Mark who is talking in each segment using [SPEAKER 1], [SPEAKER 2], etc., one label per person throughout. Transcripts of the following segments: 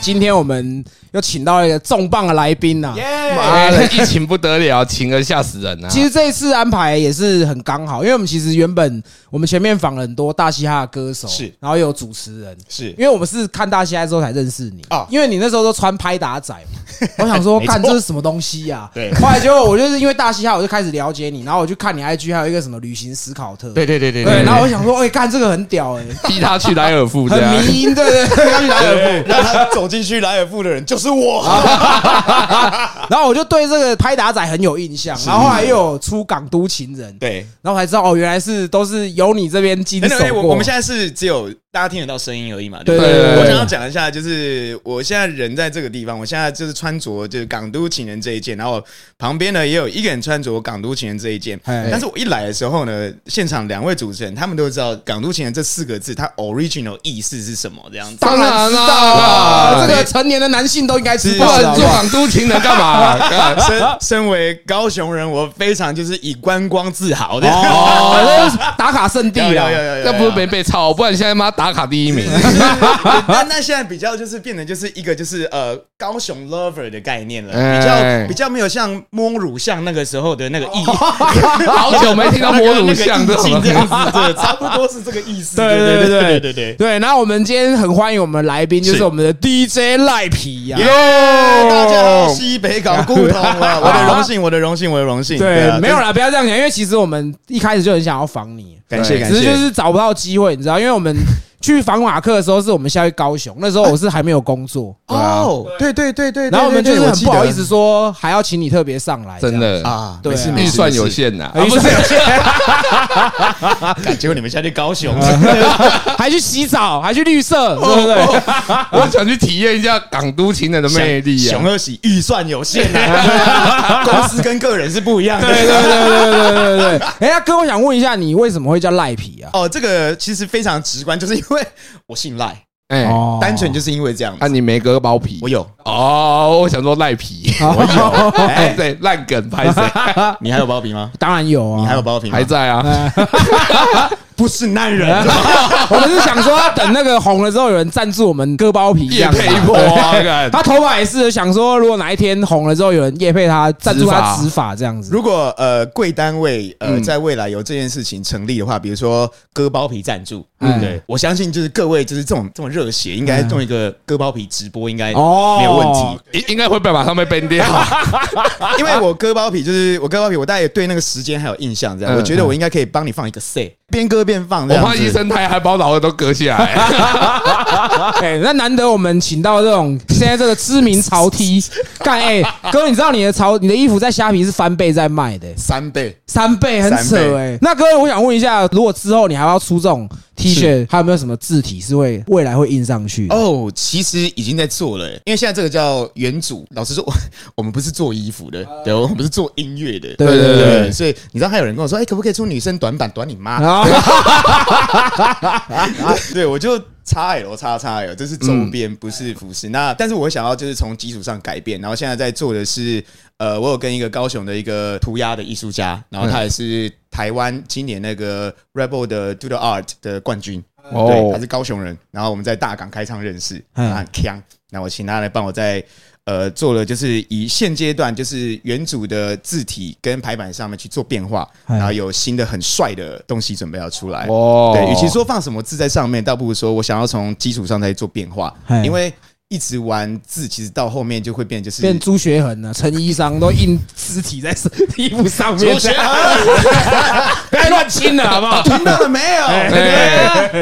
[SPEAKER 1] 今天我们又请到了一个重磅的来宾啊呐、
[SPEAKER 2] 啊
[SPEAKER 3] 妈的，疫情不得了，请个吓死人啊！
[SPEAKER 1] 其实这一次安排也是很刚好，因为我们其实原本我们前面访了很多大嘻哈的歌手，
[SPEAKER 2] 是
[SPEAKER 1] 然后有主持人，
[SPEAKER 2] 是
[SPEAKER 1] 因为我们是看大嘻哈之后才认识你
[SPEAKER 2] 啊
[SPEAKER 1] 因为你那时候都穿拍打仔 嘛，我想说，
[SPEAKER 2] 没错
[SPEAKER 1] 看这是什么东西呀、
[SPEAKER 2] 对
[SPEAKER 1] 后来结果我就是因为大嘻哈，我就开始了解你，然后我去看你 IG 还有一个什么旅行思考特，
[SPEAKER 3] 对对对对
[SPEAKER 1] 对，然后我想说，哎，看这个很屌哎、
[SPEAKER 3] 逼他去莱尔富这样
[SPEAKER 1] 很，迷因，对对 对，要去哪里
[SPEAKER 2] 对啊让他走进去莱尔富的人就是我。
[SPEAKER 1] 然后我就对这个拍打仔很有印象，然后后来又有出《港都情人》，
[SPEAKER 2] 对，
[SPEAKER 1] 然后才知道哦，原来是都是由你这边经
[SPEAKER 2] 等等，哎
[SPEAKER 1] 手
[SPEAKER 2] 我
[SPEAKER 1] 过。
[SPEAKER 2] 我们现在是只有大家听得到声音而已嘛。
[SPEAKER 1] 对
[SPEAKER 2] 不
[SPEAKER 1] 对对对
[SPEAKER 2] 我想要讲一下，就是我现在人在这个地方，我现在就是穿着就是港都情人这一件，然后旁边呢也有一个人穿着港都情人这一件。
[SPEAKER 1] 嘿
[SPEAKER 2] 但是我一来的时候呢，现场两位主持人他们都知道“港都情人”这四个字，它 original 意思是什么这 样子。
[SPEAKER 1] 当然知道
[SPEAKER 3] 当
[SPEAKER 1] 了，
[SPEAKER 3] 然啦
[SPEAKER 1] 这个成年的男性都应该知
[SPEAKER 3] 不
[SPEAKER 1] 道
[SPEAKER 3] 然
[SPEAKER 1] 的。
[SPEAKER 3] 做
[SPEAKER 1] 好不好
[SPEAKER 3] 港都情人干嘛？干
[SPEAKER 2] 身身为高雄人，我非常就是以观光自豪的。
[SPEAKER 1] 哦，这是打卡圣地
[SPEAKER 2] 有有
[SPEAKER 1] 啊
[SPEAKER 2] 有！有有，
[SPEAKER 3] 要不是没被操，不然现在妈打卡第一名。
[SPEAKER 2] 那那现在比较就是变成就是一个就是呃高雄 lover 的概念了，
[SPEAKER 3] 哎
[SPEAKER 2] 比较比较没有像摸乳像那个时候的那个 意义，
[SPEAKER 1] 哦
[SPEAKER 3] 好久没听到摸乳像
[SPEAKER 2] 那
[SPEAKER 3] 这
[SPEAKER 2] 个意境
[SPEAKER 3] 种
[SPEAKER 2] 这样子，对，差不多是这个意思。
[SPEAKER 1] 对对
[SPEAKER 2] 对
[SPEAKER 1] 对对
[SPEAKER 2] 对对对。
[SPEAKER 1] 对，然后我们今天很欢迎我们来宾，就是
[SPEAKER 2] 是
[SPEAKER 1] 我们的 DJ 赖皮呀。哦
[SPEAKER 2] 耶！大家好，
[SPEAKER 3] 哟，
[SPEAKER 2] 西北搞故同了，我的荣幸，我的荣幸，我的荣幸。
[SPEAKER 1] 对，
[SPEAKER 2] 啊
[SPEAKER 1] 没有，啦，不要这样讲，因为其实我们一开始就很想要防你，
[SPEAKER 2] 感谢
[SPEAKER 3] 对
[SPEAKER 2] 感
[SPEAKER 1] 只
[SPEAKER 2] 谢。
[SPEAKER 1] 是就是找不到机会，你知道，因为我们去防马克的时候，是我们下去高雄，那时候我是还没有工作，
[SPEAKER 2] 哦，对对对对，对
[SPEAKER 1] 然后我们就是
[SPEAKER 2] 对对
[SPEAKER 1] 很
[SPEAKER 2] 记
[SPEAKER 1] 不
[SPEAKER 2] 得
[SPEAKER 1] 好意思说还要请你特别上来，
[SPEAKER 3] 真的
[SPEAKER 2] 啊，
[SPEAKER 1] 对啊
[SPEAKER 2] 没事没事，
[SPEAKER 3] 预算
[SPEAKER 2] 没事
[SPEAKER 3] 有，限呐，
[SPEAKER 1] 这
[SPEAKER 3] 啊
[SPEAKER 1] 样，
[SPEAKER 3] 不是
[SPEAKER 1] 哎
[SPEAKER 2] 干啊结果你们下去高 雄，
[SPEAKER 1] 还去洗澡，还去绿色，
[SPEAKER 2] 哦
[SPEAKER 1] 对不对？
[SPEAKER 3] 我想去体验一下港都情人的魅力啊
[SPEAKER 2] 熊！二喜预算有限 啊，公司跟个人是不一样的。
[SPEAKER 1] 对对对对对对对对。哎，那哥，我想问一下，你为什么会叫赖皮啊？
[SPEAKER 2] 哦，这个其实非常直观，就是因为我姓赖，
[SPEAKER 3] 哎，
[SPEAKER 1] 哦
[SPEAKER 2] 单纯就是因为这样
[SPEAKER 3] 啊，
[SPEAKER 2] 子。
[SPEAKER 3] 你没割包皮
[SPEAKER 2] 我？有，
[SPEAKER 3] 哦，我想说赖皮， 哎，
[SPEAKER 2] 哎，
[SPEAKER 3] 对，烂梗拍谁？
[SPEAKER 2] 你还有包皮吗？
[SPEAKER 1] 当然有啊，
[SPEAKER 2] 你还有包皮吗
[SPEAKER 3] 哎还？在啊，
[SPEAKER 2] 不是男 人，
[SPEAKER 1] 我们是想说，要等那个红了之后，有人赞助我们割包皮这
[SPEAKER 3] 叶
[SPEAKER 1] 样子
[SPEAKER 3] 佩波啊，干
[SPEAKER 1] 他头发也是想说，如果哪一天红了之后，有人夜配他赞助他植发这样子。
[SPEAKER 2] 如果呃贵单位呃
[SPEAKER 3] 嗯
[SPEAKER 2] 在未来有这件事情成立的话，比如说割包皮赞助，
[SPEAKER 1] 嗯
[SPEAKER 2] 嗯，对我相信就是各位就是这种这种热血，应该
[SPEAKER 3] 嗯
[SPEAKER 2] 弄一个割包皮直播应该
[SPEAKER 1] 哦
[SPEAKER 2] 没有问 题。
[SPEAKER 3] 应应该会被马上被 ban 掉。
[SPEAKER 2] 因为我割包皮，就是我割包皮，我大概也对那个时间还有印象，这样、
[SPEAKER 3] 嗯
[SPEAKER 2] 我觉得我应该可以帮你放一个 set，边割边放这
[SPEAKER 3] 我
[SPEAKER 2] 样子。
[SPEAKER 3] 怕医生太还把我脑袋都割下来。
[SPEAKER 1] 哎，那难得我们请到这种现在这个知名潮 T，干哎、哥，你知道你的潮你的衣服在虾皮是翻倍在卖的、欸
[SPEAKER 2] 三倍，
[SPEAKER 1] 三倍很扯
[SPEAKER 2] 三倍
[SPEAKER 1] 哎、那哥，我想问一下，如果之后你还要出这种 T 恤，还有没有什么字体是会未来会印上去的？
[SPEAKER 2] 哦，其实已经在做了欸，因为现在这个叫原主。老实说，我 我们不是做衣服的，对，我们不是做音乐的，
[SPEAKER 1] 对对对
[SPEAKER 2] 对。所以你知道，还有人跟我说，哎、可不可以出女生短版短你妈？
[SPEAKER 1] 啊，
[SPEAKER 2] 对，我就叉 L 叉叉 L，这是周边，
[SPEAKER 1] 嗯
[SPEAKER 2] 不是服饰。那但是我想要就是从基础上改变，然后现在在做的是，呃，我有跟一个高雄的一个涂鸦的艺术家，然后他
[SPEAKER 1] 嗯
[SPEAKER 2] 也是台湾今年那个 Rebel 的 Do the Art 的冠军。对，他
[SPEAKER 3] 哦
[SPEAKER 2] 是，高雄人，然后我们在大港开唱认识，
[SPEAKER 1] 嗯
[SPEAKER 2] 他很强。那我请他来帮我在呃做了，就是以现阶段就是原主的字体跟排版上面去做变化，
[SPEAKER 1] 嗯
[SPEAKER 2] 然后有新的很帅的东西准备要出来。
[SPEAKER 3] 哦
[SPEAKER 2] 对，与其说放什么字在上面，倒不如说我想要从基础上再做变化
[SPEAKER 1] 嘿，
[SPEAKER 2] 因为一直玩字，其实到后面就会变就是
[SPEAKER 1] 变朱学恒了，啊陈医生都印字体在衣服上面，不要乱亲了好不好？
[SPEAKER 2] 听啊到了没有？
[SPEAKER 3] 哎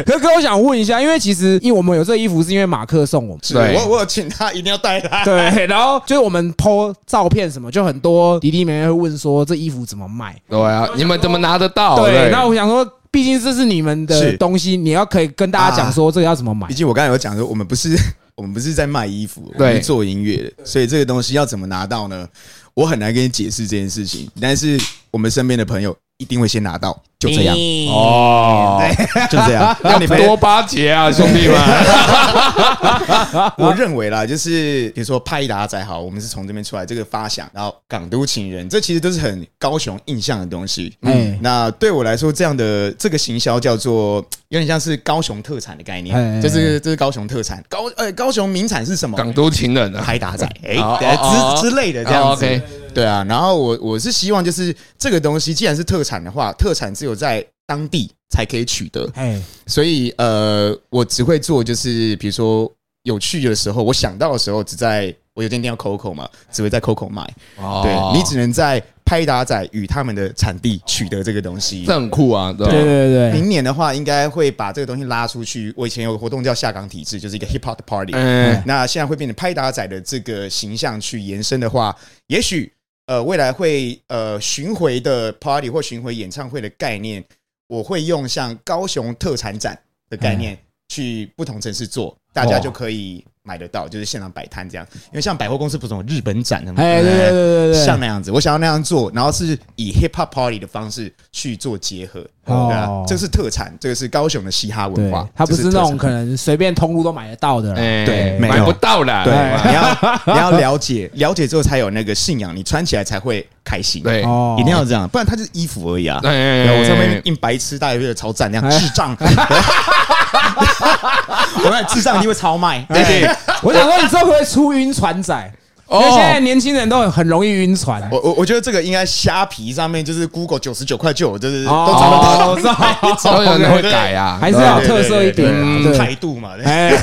[SPEAKER 1] 可哥，我想问一下，因为其实因为我们有这衣服是因为马克送我们。
[SPEAKER 2] 是
[SPEAKER 3] 对
[SPEAKER 2] 我我有请他一定要带他。
[SPEAKER 1] 对，然后就是我们 PO 照片什么，就很多弟弟妹妹会问说这衣服怎么卖。
[SPEAKER 3] 对啊，你们怎么拿得到？
[SPEAKER 1] 对，那我想说，毕竟这是你们的
[SPEAKER 2] 哦是啊
[SPEAKER 1] 东西，你要可以跟大家讲说这个要怎么买
[SPEAKER 2] 毕。竟我刚才有讲说，我们不是我们不是在卖衣服，我
[SPEAKER 3] 对
[SPEAKER 2] 们是做音乐的，所以这个东西要怎么拿到呢？我很难跟你解释这件事情，但是我们身边的朋友一定会先拿到，就这样，
[SPEAKER 3] 哦，
[SPEAKER 2] 就这样，
[SPEAKER 3] 要
[SPEAKER 2] 让你们
[SPEAKER 3] 多巴结啊，兄弟们！
[SPEAKER 2] 我认为啦，就是比如说拍达仔好，我们是从这边出来，这个发想，然后港都情人，这其实都是很高雄印象的东西。
[SPEAKER 1] 哎
[SPEAKER 2] 嗯，那对我来说，这样的这个行销叫做有点像是高雄特产的概念，
[SPEAKER 1] 哎
[SPEAKER 2] 就是这是高雄特产，高呃高雄名产是什么？
[SPEAKER 3] 港都情人啊，
[SPEAKER 2] 拍打 仔，哎、
[SPEAKER 3] 哦
[SPEAKER 2] 对
[SPEAKER 3] 哦
[SPEAKER 2] 之之类的这样
[SPEAKER 3] 哦
[SPEAKER 2] 子。
[SPEAKER 3] ，OK
[SPEAKER 2] 对啊，然后我我是希望就是这个东西，既然是特产的话，特产只有在当地才可以取得，
[SPEAKER 1] 哎，
[SPEAKER 2] 所以呃，我只会做就是比如说有趣的时候，我想到的时候，只在我有间店叫 Coco 嘛，只会在 Coco 卖。
[SPEAKER 3] 哦
[SPEAKER 2] 对你只能在拍打仔与他们的产地取得这个东西
[SPEAKER 3] 这。很酷啊，对吧
[SPEAKER 1] 对对对
[SPEAKER 2] 明年的话，应该会把这个东西拉出去。我以前有个活动叫下港体制，就是一个 hip hop 的 party。
[SPEAKER 3] 嗯，
[SPEAKER 2] 那现在会变成拍打仔的这个形象去延伸的话，也许呃未来会呃巡回的 party 或巡回演唱会的概念，我会用像高雄特产展的概
[SPEAKER 1] 嗯
[SPEAKER 2] 念去不同城市做，大家就可以买得到，就是现场摆摊这样。因为像百货公司不是有日本展的
[SPEAKER 1] 对，
[SPEAKER 2] 嘛，
[SPEAKER 1] 哎，
[SPEAKER 2] 不
[SPEAKER 1] 对对对对对，
[SPEAKER 2] 像那样子，我想要那样做，然后是以 hip hop party 的方式去做结合，
[SPEAKER 1] 哦
[SPEAKER 2] 对啊，这是特产，这个是高雄的嘻哈文
[SPEAKER 1] 对
[SPEAKER 2] 化，，
[SPEAKER 1] 它不是
[SPEAKER 2] 这特
[SPEAKER 1] 那
[SPEAKER 2] 产
[SPEAKER 1] 种可能随便通路都买得到的啦，
[SPEAKER 3] 哎
[SPEAKER 2] 对没有
[SPEAKER 3] 买不到啦，
[SPEAKER 2] 对，
[SPEAKER 1] 哎
[SPEAKER 2] 你要 你要了解，了解之后才有那个信仰，你穿起来才会开心。，
[SPEAKER 3] 对，
[SPEAKER 1] 哦，
[SPEAKER 2] 一定要这样，不然它就是衣服而已啊。
[SPEAKER 3] 哎哎
[SPEAKER 2] 对
[SPEAKER 3] 哎
[SPEAKER 2] 我上面印白痴，大家觉得超赞，那样
[SPEAKER 1] 哎
[SPEAKER 2] 智 障。我看智障一定会超卖，对
[SPEAKER 3] 对
[SPEAKER 1] 我想问你之后会不会出晕船仔？
[SPEAKER 2] 哦
[SPEAKER 1] 因为现在年轻人都很很容易晕船。
[SPEAKER 2] 我我我觉得这个应该虾皮上面就是 Google 九十九块九，就是啊
[SPEAKER 1] 哦
[SPEAKER 2] 都找得到，
[SPEAKER 1] 我知道
[SPEAKER 3] 都有人会改啊，
[SPEAKER 1] 还是要有特色一点啊
[SPEAKER 2] 对对对对
[SPEAKER 1] 对
[SPEAKER 2] 态度嘛。对
[SPEAKER 1] 哎，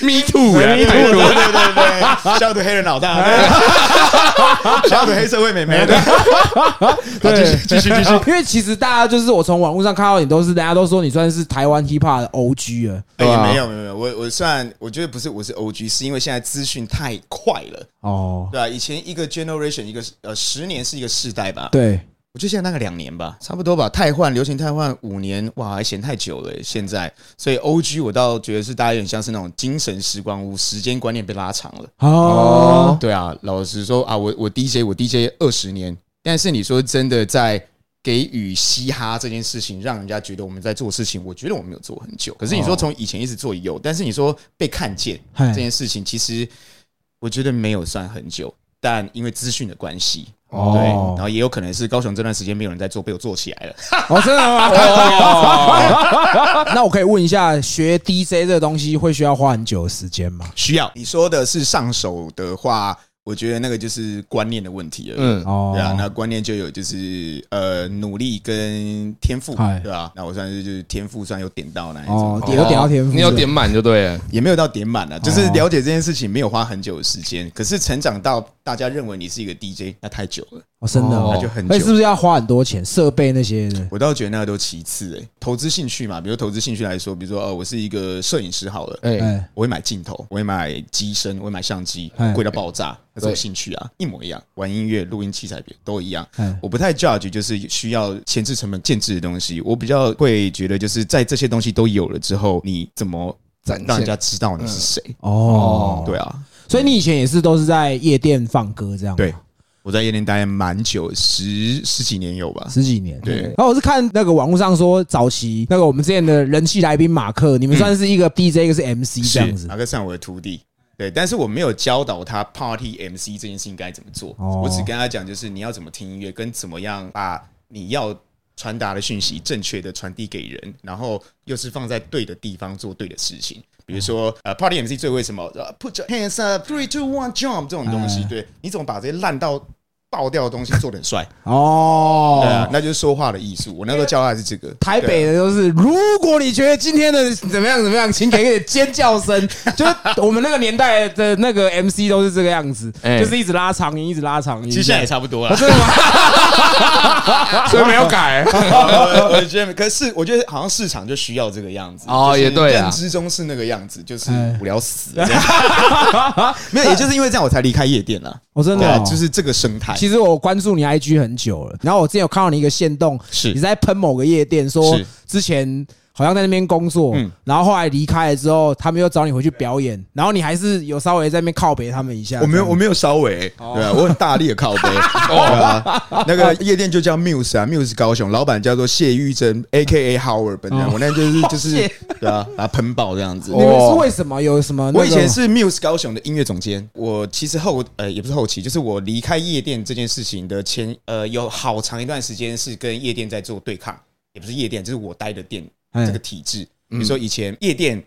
[SPEAKER 3] me too
[SPEAKER 2] 对
[SPEAKER 3] 呀，
[SPEAKER 2] 对对对对啊对，消毒黑人老大，对消毒黑社会美眉，对好继续继续继续，
[SPEAKER 1] 因为其实大家就是我从网络上看到你，都是大家都说你算是台湾 hiphop 的 OG 了。
[SPEAKER 2] 哎、
[SPEAKER 3] 对啊
[SPEAKER 2] 没有没有没有，我我虽然我觉得不是我是 O G，是因为现在资讯太快了，
[SPEAKER 1] 哦，
[SPEAKER 2] 对吧、啊以前一个 generation 一个呃十年是一个世代吧，
[SPEAKER 1] 对，
[SPEAKER 2] 我觉得现在大概两年吧，差不多吧。太换流行太换五年，哇，还嫌太久了耶。现在，所以 O G 我倒觉得是大家有点像是那种精神时光屋，时间观念被拉长了。
[SPEAKER 1] 哦，
[SPEAKER 2] 对啊，老实说啊，我我 DJ 我 DJ 二十年，但是你说真的在给予嘻哈这件事情，让人家觉得我们在做事情，我觉得我们有做很久。可是你说从以前一直做有，但是你说被看见
[SPEAKER 1] 嗨
[SPEAKER 2] 这件事情，其实我觉得没有算很久，但因为资讯的关系。
[SPEAKER 1] 哦
[SPEAKER 2] 对，然后也有可能是高雄这段时间没有人在做，被我做起来了。
[SPEAKER 1] 哦，真的
[SPEAKER 2] 哦
[SPEAKER 1] 吗？ 那我可以问一下，学 DJ 这个东西会需要花很久的时间吗？
[SPEAKER 2] 需要你说的是上手的话，我觉得那个就是观念的问题了。
[SPEAKER 3] 嗯，
[SPEAKER 1] 哦
[SPEAKER 2] 对啊，那观念就有就是呃努力跟天赋，
[SPEAKER 1] 嗨
[SPEAKER 2] 对吧、那我算是就是天赋算有点到那一种，
[SPEAKER 1] 哦，也有点到天赋，
[SPEAKER 3] 你有点满就对了，
[SPEAKER 2] 也没有到点满了，啊就是
[SPEAKER 1] 哦
[SPEAKER 2] 了解这件事情没有花很久的时间，可是成长到大家认为你是一个 DJ，那太久了，
[SPEAKER 1] 哦，真的哦，
[SPEAKER 3] 那
[SPEAKER 2] 就很
[SPEAKER 1] 那
[SPEAKER 2] 久
[SPEAKER 1] 是不是要花很多钱设备那些的？
[SPEAKER 2] 我倒觉得那个都其次诶、欸投资兴趣嘛，比如投资兴趣来说，比如说哦，我是一个摄影师好了。
[SPEAKER 3] 哎，
[SPEAKER 1] 哎，
[SPEAKER 2] 我会买镜头，我会买机身，我会买相机
[SPEAKER 1] 嗨，
[SPEAKER 2] 贵到爆炸，那是我
[SPEAKER 3] 对
[SPEAKER 2] 兴趣啊，一模一样。玩音乐、录音器材都一样，
[SPEAKER 1] 哎
[SPEAKER 2] 我不太 judge，就是需要前置成本建制的东西。我比较会觉得，就是在这些东西都有了之后，你怎么
[SPEAKER 3] 展现
[SPEAKER 2] 让人家知道你是谁？
[SPEAKER 1] 哦，
[SPEAKER 2] 对，啊，
[SPEAKER 1] 所以你以前也是都是在夜店放歌这样吗，
[SPEAKER 2] 对，我在夜店待蛮久，十十几年有吧？
[SPEAKER 1] 十几年。
[SPEAKER 2] 对
[SPEAKER 1] 然后我是看那个网络上说，早期那个我们之前的人气来宾马克，你们算是一
[SPEAKER 2] 嗯
[SPEAKER 1] 个 DJ，一个是 MC 这样子
[SPEAKER 2] 马。克上我的徒弟。对，但是我没有教导他 party MC 这件事情该怎么做，
[SPEAKER 1] 哦
[SPEAKER 2] 我只跟他讲，就是你要怎么听音乐，跟怎么样把你要传达的讯息正确的传递给人，然后又是放在对的地方做对的事情。比如说，呃，party MC 最为什么、呃、put your hands up three two one jump 这种东西，
[SPEAKER 1] 哎
[SPEAKER 2] 对你怎么把这些烂到爆掉的东西做得很帅？
[SPEAKER 1] 哦，
[SPEAKER 2] 对啊，那就是说话的艺术。我那时候教他的是这个，
[SPEAKER 1] 台
[SPEAKER 2] 对啊
[SPEAKER 1] 北的都是，如果你觉得今天的怎么样怎么样，请给一点尖叫 声。就是我们那个年代的那个 MC 都是这个样子，
[SPEAKER 3] 哎
[SPEAKER 1] 就是一直拉长音，一直拉长音。
[SPEAKER 2] 其实现在也差不多了。
[SPEAKER 3] 所以没有改，
[SPEAKER 2] 我我觉得，呃可是我觉得好像市场就需要这个样子
[SPEAKER 3] 哦
[SPEAKER 2] 就是
[SPEAKER 3] 也对啊
[SPEAKER 2] 认知中是那个样子，就是
[SPEAKER 1] 哎
[SPEAKER 2] 无聊死了。这样 没有，也就是因为这样我才离开夜店了。
[SPEAKER 1] 我真的
[SPEAKER 2] 对啊
[SPEAKER 1] 哦
[SPEAKER 2] 就是这个生态
[SPEAKER 1] 其实我关注你 IG 很久了，然后我之前有看到你一个线动，
[SPEAKER 2] 是
[SPEAKER 1] 你在喷某个夜店，说
[SPEAKER 2] 是
[SPEAKER 1] 之前好像在那边工作，
[SPEAKER 2] 嗯
[SPEAKER 1] 然后后来离开了之后，他们又找你回去表演，然后你还是有稍微在那边靠北他们一下。
[SPEAKER 2] 我没有，
[SPEAKER 1] 这
[SPEAKER 2] 我
[SPEAKER 1] 样
[SPEAKER 2] 没有稍微，
[SPEAKER 1] 哦
[SPEAKER 2] 对啊，我很大力的靠背， 对啊，那个夜店就叫 Muse 啊，Muse 高雄，老板叫做谢玉珍，A K A Howard，本人，我那天就是就是
[SPEAKER 1] 哦谢哦
[SPEAKER 2] 对啊，啊喷爆这样子。
[SPEAKER 1] 你们是为什么有什啊么那个？
[SPEAKER 2] 我以前是 Muse 高雄的音乐总监，我其实后呃也不是后期，就是我离开夜店这件事情的前呃有好长一段时间是跟夜店在做对抗，也不是夜店，就是我待的店
[SPEAKER 1] 哎
[SPEAKER 2] 这个体制。比如说以前夜店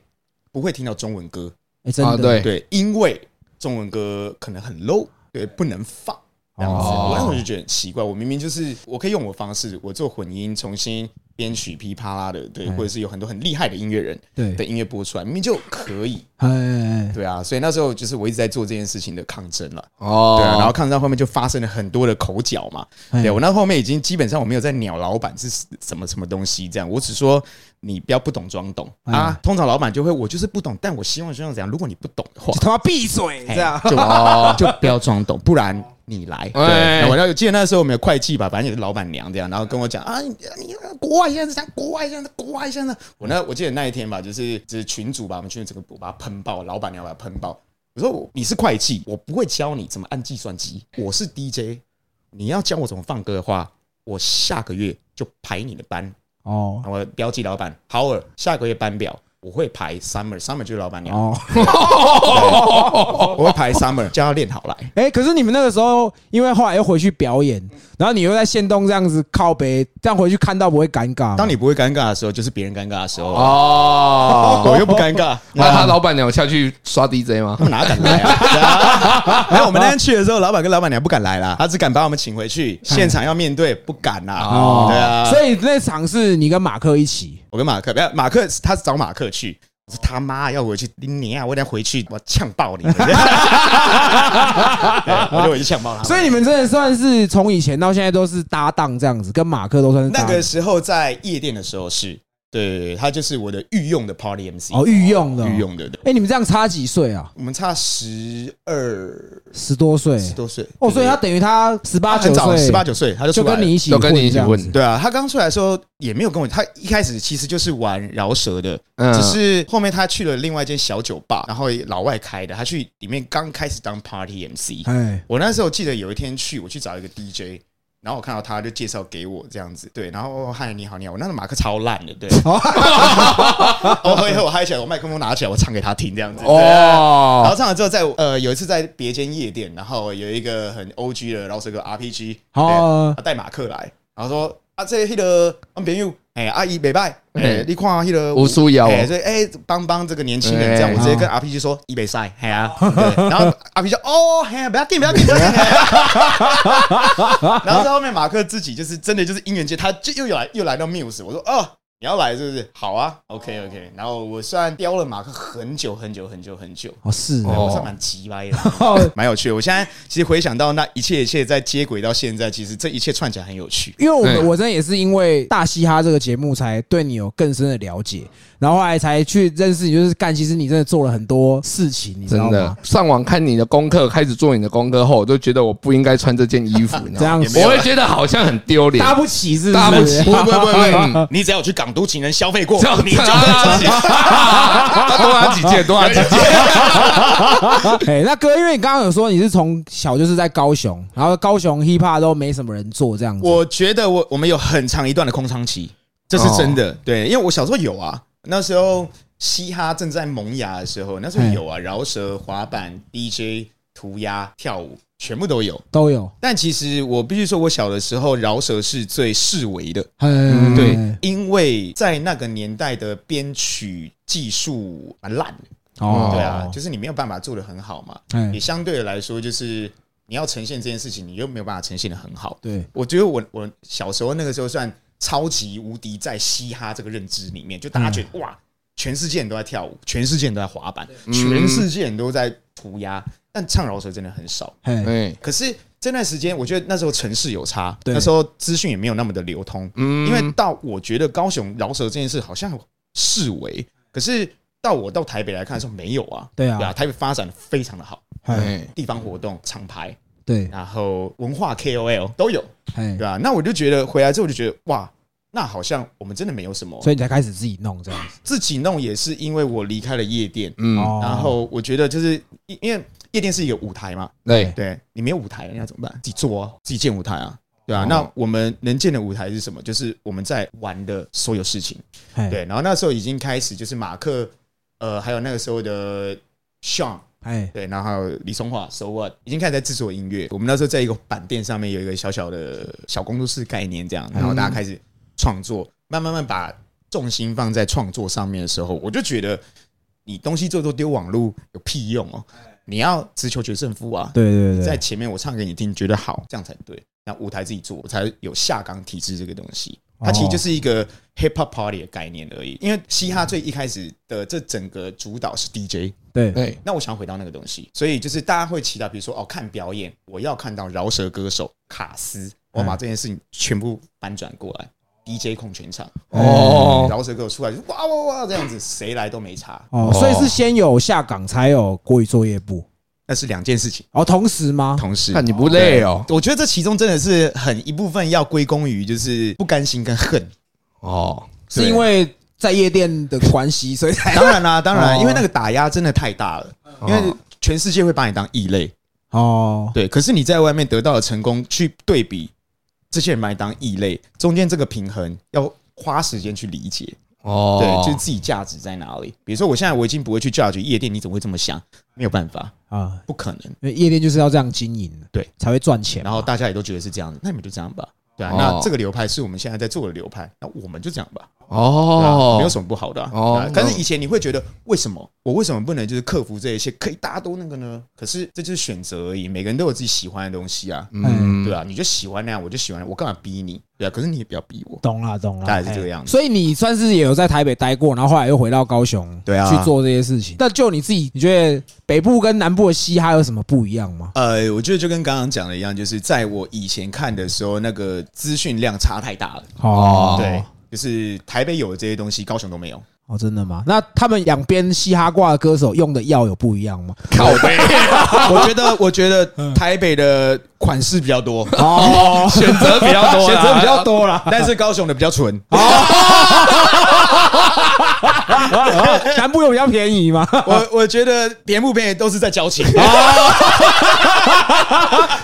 [SPEAKER 2] 不会听到中文歌，
[SPEAKER 1] 哎真
[SPEAKER 3] 啊
[SPEAKER 1] 的
[SPEAKER 3] 对
[SPEAKER 2] 对，因为中文歌可能很 low，对，不能放。这样子，
[SPEAKER 1] 哦
[SPEAKER 2] 我那时候就觉得很奇怪，我明明就是我可以用我方式，我做混音，重新编曲噼啪啦的，对，
[SPEAKER 1] 嗯
[SPEAKER 2] 或者是有很多很厉害的音乐人
[SPEAKER 1] 对
[SPEAKER 2] 的音乐播出来，明明就可以，
[SPEAKER 1] 哎哎哎
[SPEAKER 2] 对啊，所以那时候就是我一直在做这件事情的抗争了，
[SPEAKER 3] 哦，
[SPEAKER 2] 对啊，然后抗争到后面就发生了很多的口角嘛，
[SPEAKER 1] 哎
[SPEAKER 2] 对我那后面已经基本上我没有在鸟老板是什么什么东西这样，我只说你不要不懂装懂啊，通常老板就会我就是不懂，但我希望这样怎样，如果你不懂的话，
[SPEAKER 1] 他妈闭嘴这样。
[SPEAKER 2] 就 就不要装懂，不然你来。对，
[SPEAKER 3] 哎
[SPEAKER 2] 然后我那记得那时候我们有会计吧，反正也是老板娘这样，然后跟我讲啊，你你国外现在这样，国外现在国外现在，我那我记得那一天吧，就是就是群主吧，我们群主整个我把他喷爆，老板娘把他喷爆。我说你是会计，我不会教你怎么按计算机，我是 DJ，你要教我怎么放歌的话，我下个月就排你的班。
[SPEAKER 1] 哦
[SPEAKER 2] 我标记老板 Howard 下个月班表。我会排 Summer，Summer 就是老板娘，
[SPEAKER 1] 哦，
[SPEAKER 2] 我会排 Summer，叫她练好来。
[SPEAKER 1] 哎，可是你们那个时候，因为后来又回去表演，然后你又在线动这样子靠北，这样回去看到不会尴尬吗？
[SPEAKER 2] 当你不会尴尬的时候，就是别人尴尬的时候。哦，
[SPEAKER 3] 哦，
[SPEAKER 2] 我又不尴尬，
[SPEAKER 3] 那他老板娘有下去刷 DJ 吗
[SPEAKER 2] 他？们哪敢来啊？然后我们那天去的时候，老板跟老板娘不敢来啦，他只敢把我们请回去，现场要面对，不敢啦。对啊，
[SPEAKER 1] 所以那场是你跟马克一起，
[SPEAKER 2] 我跟马克，不要马克，他是找马克去。我说他妈要回去，你娘啊！我等下回去，我呛爆你！对我就回去呛爆他。
[SPEAKER 1] 所以你们真的算是从以前到现在都是搭档这样子，跟马克都算是搭
[SPEAKER 2] 那
[SPEAKER 1] 档
[SPEAKER 2] 个时候在夜店的时候是，对他就是我的御用的 Party MC，
[SPEAKER 1] 哦御用的哦
[SPEAKER 2] 御。用的。对
[SPEAKER 1] 哎，你们这样差几岁啊？
[SPEAKER 2] 我们差十二
[SPEAKER 1] 十多岁。
[SPEAKER 2] 十多岁
[SPEAKER 1] 哦，所以他等于他十八
[SPEAKER 2] 他很
[SPEAKER 1] 九
[SPEAKER 2] 早，
[SPEAKER 1] 岁，
[SPEAKER 2] 十八九岁他就
[SPEAKER 1] 就
[SPEAKER 2] 出来
[SPEAKER 1] 跟你
[SPEAKER 2] 了。
[SPEAKER 1] 一起
[SPEAKER 3] 都跟你一起
[SPEAKER 1] 混
[SPEAKER 3] 混
[SPEAKER 1] 这样子，
[SPEAKER 2] 对啊，他刚出来的时候也没有跟我，他一开始其实就是玩饶舌的，
[SPEAKER 3] 嗯
[SPEAKER 2] 只是后面他去了另外一间小酒吧，然后老外开的，他去里面刚开始当 party MC。
[SPEAKER 1] 哎，
[SPEAKER 2] 我那时候记得有一天去，我去找一个 DJ，然后我看到他就介绍给我这样子，对，然后哦嗨你好你好，我那个马克超烂的， 对，
[SPEAKER 1] 哦
[SPEAKER 2] 我喝一喝我嗨起来，我麦克风拿起来我唱给他听这样子，对然
[SPEAKER 3] 哦
[SPEAKER 2] 后唱了之后在，呃有一次在别间夜店，然后有一个很 O G 的饶舌歌 RPG，
[SPEAKER 1] 哦
[SPEAKER 2] 对他带马克来，然后说啊这迄个阮朋友，哎阿姨袂歹，哎
[SPEAKER 3] 嘿
[SPEAKER 2] 你看迄个
[SPEAKER 3] 有需要哦
[SPEAKER 2] 哎所以哎帮帮这个年轻人这样，
[SPEAKER 3] 哎
[SPEAKER 2] 我直接跟 RPG 说伊袂使，嘿 啊，对然后 RPG 就哦嘿啊不要紧不要紧不要紧，嘿啊然后在后面马克自己就是真的就是因缘界，他就又来又来到 Muse，我说哦。你要来是不是？好啊，OK OK。然后我虽然雕了马克很久很久很久很久，
[SPEAKER 1] 哦是
[SPEAKER 2] 对
[SPEAKER 1] 哦，
[SPEAKER 2] 我算蛮急歪的， 蛮有趣的。我现在其实回想到那一切一切在接轨到现在，其实这一切串起来很有趣。
[SPEAKER 1] 因为我
[SPEAKER 3] 对
[SPEAKER 1] 们我真的也是因为大嘻哈这个节目才对你有更深的了解，然后后来才去认识你，就是干，其实你真的做了很多事情，你知道
[SPEAKER 3] 真的
[SPEAKER 1] 吗？，
[SPEAKER 3] 上网看你的功课，开始做你的功课后，我就觉得我不应该穿这件衣服，你知
[SPEAKER 1] 这
[SPEAKER 3] 道吗
[SPEAKER 1] 样
[SPEAKER 2] 也没
[SPEAKER 1] 子
[SPEAKER 2] 有
[SPEAKER 3] 我会觉得好像很丢脸。
[SPEAKER 1] 搭不起是不是
[SPEAKER 3] 搭不起
[SPEAKER 2] 不会不会不会，不
[SPEAKER 3] 嗯
[SPEAKER 2] 会你只要有去港都情人消费 过
[SPEAKER 3] 这样，
[SPEAKER 2] 你就会穿起
[SPEAKER 3] 多拿几 件，多拿几件。
[SPEAKER 1] 哎，那哥，因为你刚刚有说你是从小就是在高雄，然后高雄 hiphop 都没什么人做这样子，
[SPEAKER 2] 我觉得我我们有很长一段的空窗期，这是真的。对，因为我小时候有啊，那时候嘻哈正在萌芽的时候，那时候有啊，饶舌、滑板、DJ、涂鸦、跳舞，全部都有。
[SPEAKER 1] 都有，
[SPEAKER 2] 但其实我必须说，我小的时候饶舌是最视为的，
[SPEAKER 1] 嗯，
[SPEAKER 2] 对，因为在那个年代的编曲技术蛮烂的，
[SPEAKER 1] 哦，
[SPEAKER 2] 对啊，就是你没有办法做的很好嘛，
[SPEAKER 1] 哎
[SPEAKER 2] 也相对的来说，就是你要呈现这件事情，你又没有办法呈现的很好。
[SPEAKER 1] 对，
[SPEAKER 2] 我觉得我我小时候那个时候算超级无敌，在嘻哈这个认知里面，就大家觉得、
[SPEAKER 1] 嗯
[SPEAKER 2] 哇，全世界人都在跳舞，全世界人都在滑板，全世界人都在涂鸦，但唱饶舌真的很少。
[SPEAKER 1] 哎，
[SPEAKER 3] 哎，
[SPEAKER 2] 可是这段时间，我觉得那时候城市有差，
[SPEAKER 1] 对
[SPEAKER 2] 那时候资讯也没有那么的流通，
[SPEAKER 3] 嗯
[SPEAKER 2] 因为到我觉得高雄饶舌这件事好像视为，可是到我到台北来看的时候没有啊，
[SPEAKER 1] 对啊
[SPEAKER 2] 对啊，台北发展的非常的好，
[SPEAKER 1] 哎，
[SPEAKER 3] 哎
[SPEAKER 2] 地方活动、厂牌，
[SPEAKER 1] 对，
[SPEAKER 2] 然后文化 KOL 都有，
[SPEAKER 1] 哎
[SPEAKER 2] 对，吧、那我就觉得回来之后我就觉得哇，那好像我们真的没有什么
[SPEAKER 1] 所以你才开始自己弄这样子。
[SPEAKER 2] 自己弄，也是因为我离开了夜店，
[SPEAKER 3] 嗯，
[SPEAKER 1] 哦
[SPEAKER 2] 然后我觉得就是因因为夜店是一个舞台嘛，
[SPEAKER 3] 对，
[SPEAKER 2] 对你没有舞台，那怎么办？自己做啊，自己建舞台啊，对
[SPEAKER 1] 哦
[SPEAKER 2] 啊。那我们能建的舞台是什么？就是我们在玩的所有事情。
[SPEAKER 1] 嘿，
[SPEAKER 2] 对，然后那时候已经开始就是马克，呃，还有那个时候的 Sean，
[SPEAKER 1] 哎，
[SPEAKER 2] 对，然后还有李松华 So What，已经开始在制作音乐。我们那时候在一个板店上面有一个小小的小工作室概念这样，然后大家开始创作，慢慢慢把重心放在创作上面的时候，我就觉得你东西做做丢网路有屁用哦，你要直球决胜负啊！
[SPEAKER 1] 对对对，
[SPEAKER 2] 在前面我唱给你听，你觉得好，这样才对。那舞台自己做，我才有下岗体制这个东西。
[SPEAKER 1] 哦
[SPEAKER 2] 它其实就是一个 hip hop party 的概念而已。因为嘻哈最一开始的这整个主导是 DJ，
[SPEAKER 1] 对
[SPEAKER 3] 对，
[SPEAKER 2] 那我想回到那个东西，所以就是大家会期待，比如说哦，看表演，我要看到饶舌歌手卡斯，我把这件事情全部翻转过来。DJ 控全场
[SPEAKER 3] 哦
[SPEAKER 2] 饶舌歌手出来就哇哇哇这样子，谁来都没差，
[SPEAKER 1] 哦，所以是先有下岗，才有国语作业部。
[SPEAKER 2] 那是两件事情，
[SPEAKER 1] 哦，同时吗？
[SPEAKER 2] 同时
[SPEAKER 3] 看你不累哦，
[SPEAKER 2] 我觉得这其中真的是很一部分要归功于就是不甘心跟恨。
[SPEAKER 3] 哦，
[SPEAKER 1] 是因为在夜店的关系，所以才
[SPEAKER 2] 当然啦、当然，
[SPEAKER 1] 哦
[SPEAKER 2] 因为那个打压真的太大了，因
[SPEAKER 3] 哦
[SPEAKER 2] 为全世界会把你当异类。
[SPEAKER 1] 哦，
[SPEAKER 2] 对，可是你在外面得到的成功，去对比这些人把你当异类，中间这个平衡要花时间去理解。
[SPEAKER 3] 哦，
[SPEAKER 2] 对，就是自己价值在哪里。比如说，我现在我已经不会去 judge 夜店，你怎么会这么想？没有办法，
[SPEAKER 1] 啊，
[SPEAKER 2] 不可能。
[SPEAKER 1] 因为夜店就是要这样经营，
[SPEAKER 2] 对，
[SPEAKER 1] 才会赚钱嘛。
[SPEAKER 2] 然后大家也都觉得是这样子，那你们就这样吧。对啊，
[SPEAKER 3] 哦
[SPEAKER 2] 那这个流派是我们现在在做的流派，那我们就这样吧。对啊
[SPEAKER 3] 哦，
[SPEAKER 2] 没有什么不好的啊、
[SPEAKER 3] 哦
[SPEAKER 2] 对啊但是以前你会觉得，为什么我为什么不能就是克服这一些，可以大家都那个呢？可是这就是选择而已，每个人都有自己喜欢的东西啊，
[SPEAKER 1] 嗯
[SPEAKER 2] 对啊，你就喜欢那样，我就喜欢，我干嘛逼你？对啊，可是你也不要逼我。
[SPEAKER 1] 懂了，
[SPEAKER 3] 嗯
[SPEAKER 1] 懂了，
[SPEAKER 2] 大概是这个样
[SPEAKER 1] 哎
[SPEAKER 2] 子
[SPEAKER 1] 所以你算是也有在台北待过，然后后来又回到高雄，
[SPEAKER 2] 对啊
[SPEAKER 1] 去做这些事情。那就你自己，你觉得北部跟南部的嘻哈有什么不一样吗？
[SPEAKER 2] 呃，我觉得就跟刚刚讲的一样，就是在我以前看的时候，那个资讯量差太大了。
[SPEAKER 3] 哦
[SPEAKER 2] 对，就是台北有的这些东西，高雄都 没有。
[SPEAKER 1] 哦，真的吗？那他们两边嘻哈挂的歌手用的药有不一样吗？
[SPEAKER 3] 靠背
[SPEAKER 2] 我觉得，我觉得
[SPEAKER 3] 嗯
[SPEAKER 2] 台北的款式比较多，
[SPEAKER 1] 哦，
[SPEAKER 3] 选择比较多啦，
[SPEAKER 2] 选择比较多
[SPEAKER 1] 啦。
[SPEAKER 2] 但是高雄的比较纯。
[SPEAKER 3] 哦
[SPEAKER 1] 南部有比较便宜 吗？
[SPEAKER 2] 我我觉得 便不便宜都是在交 情。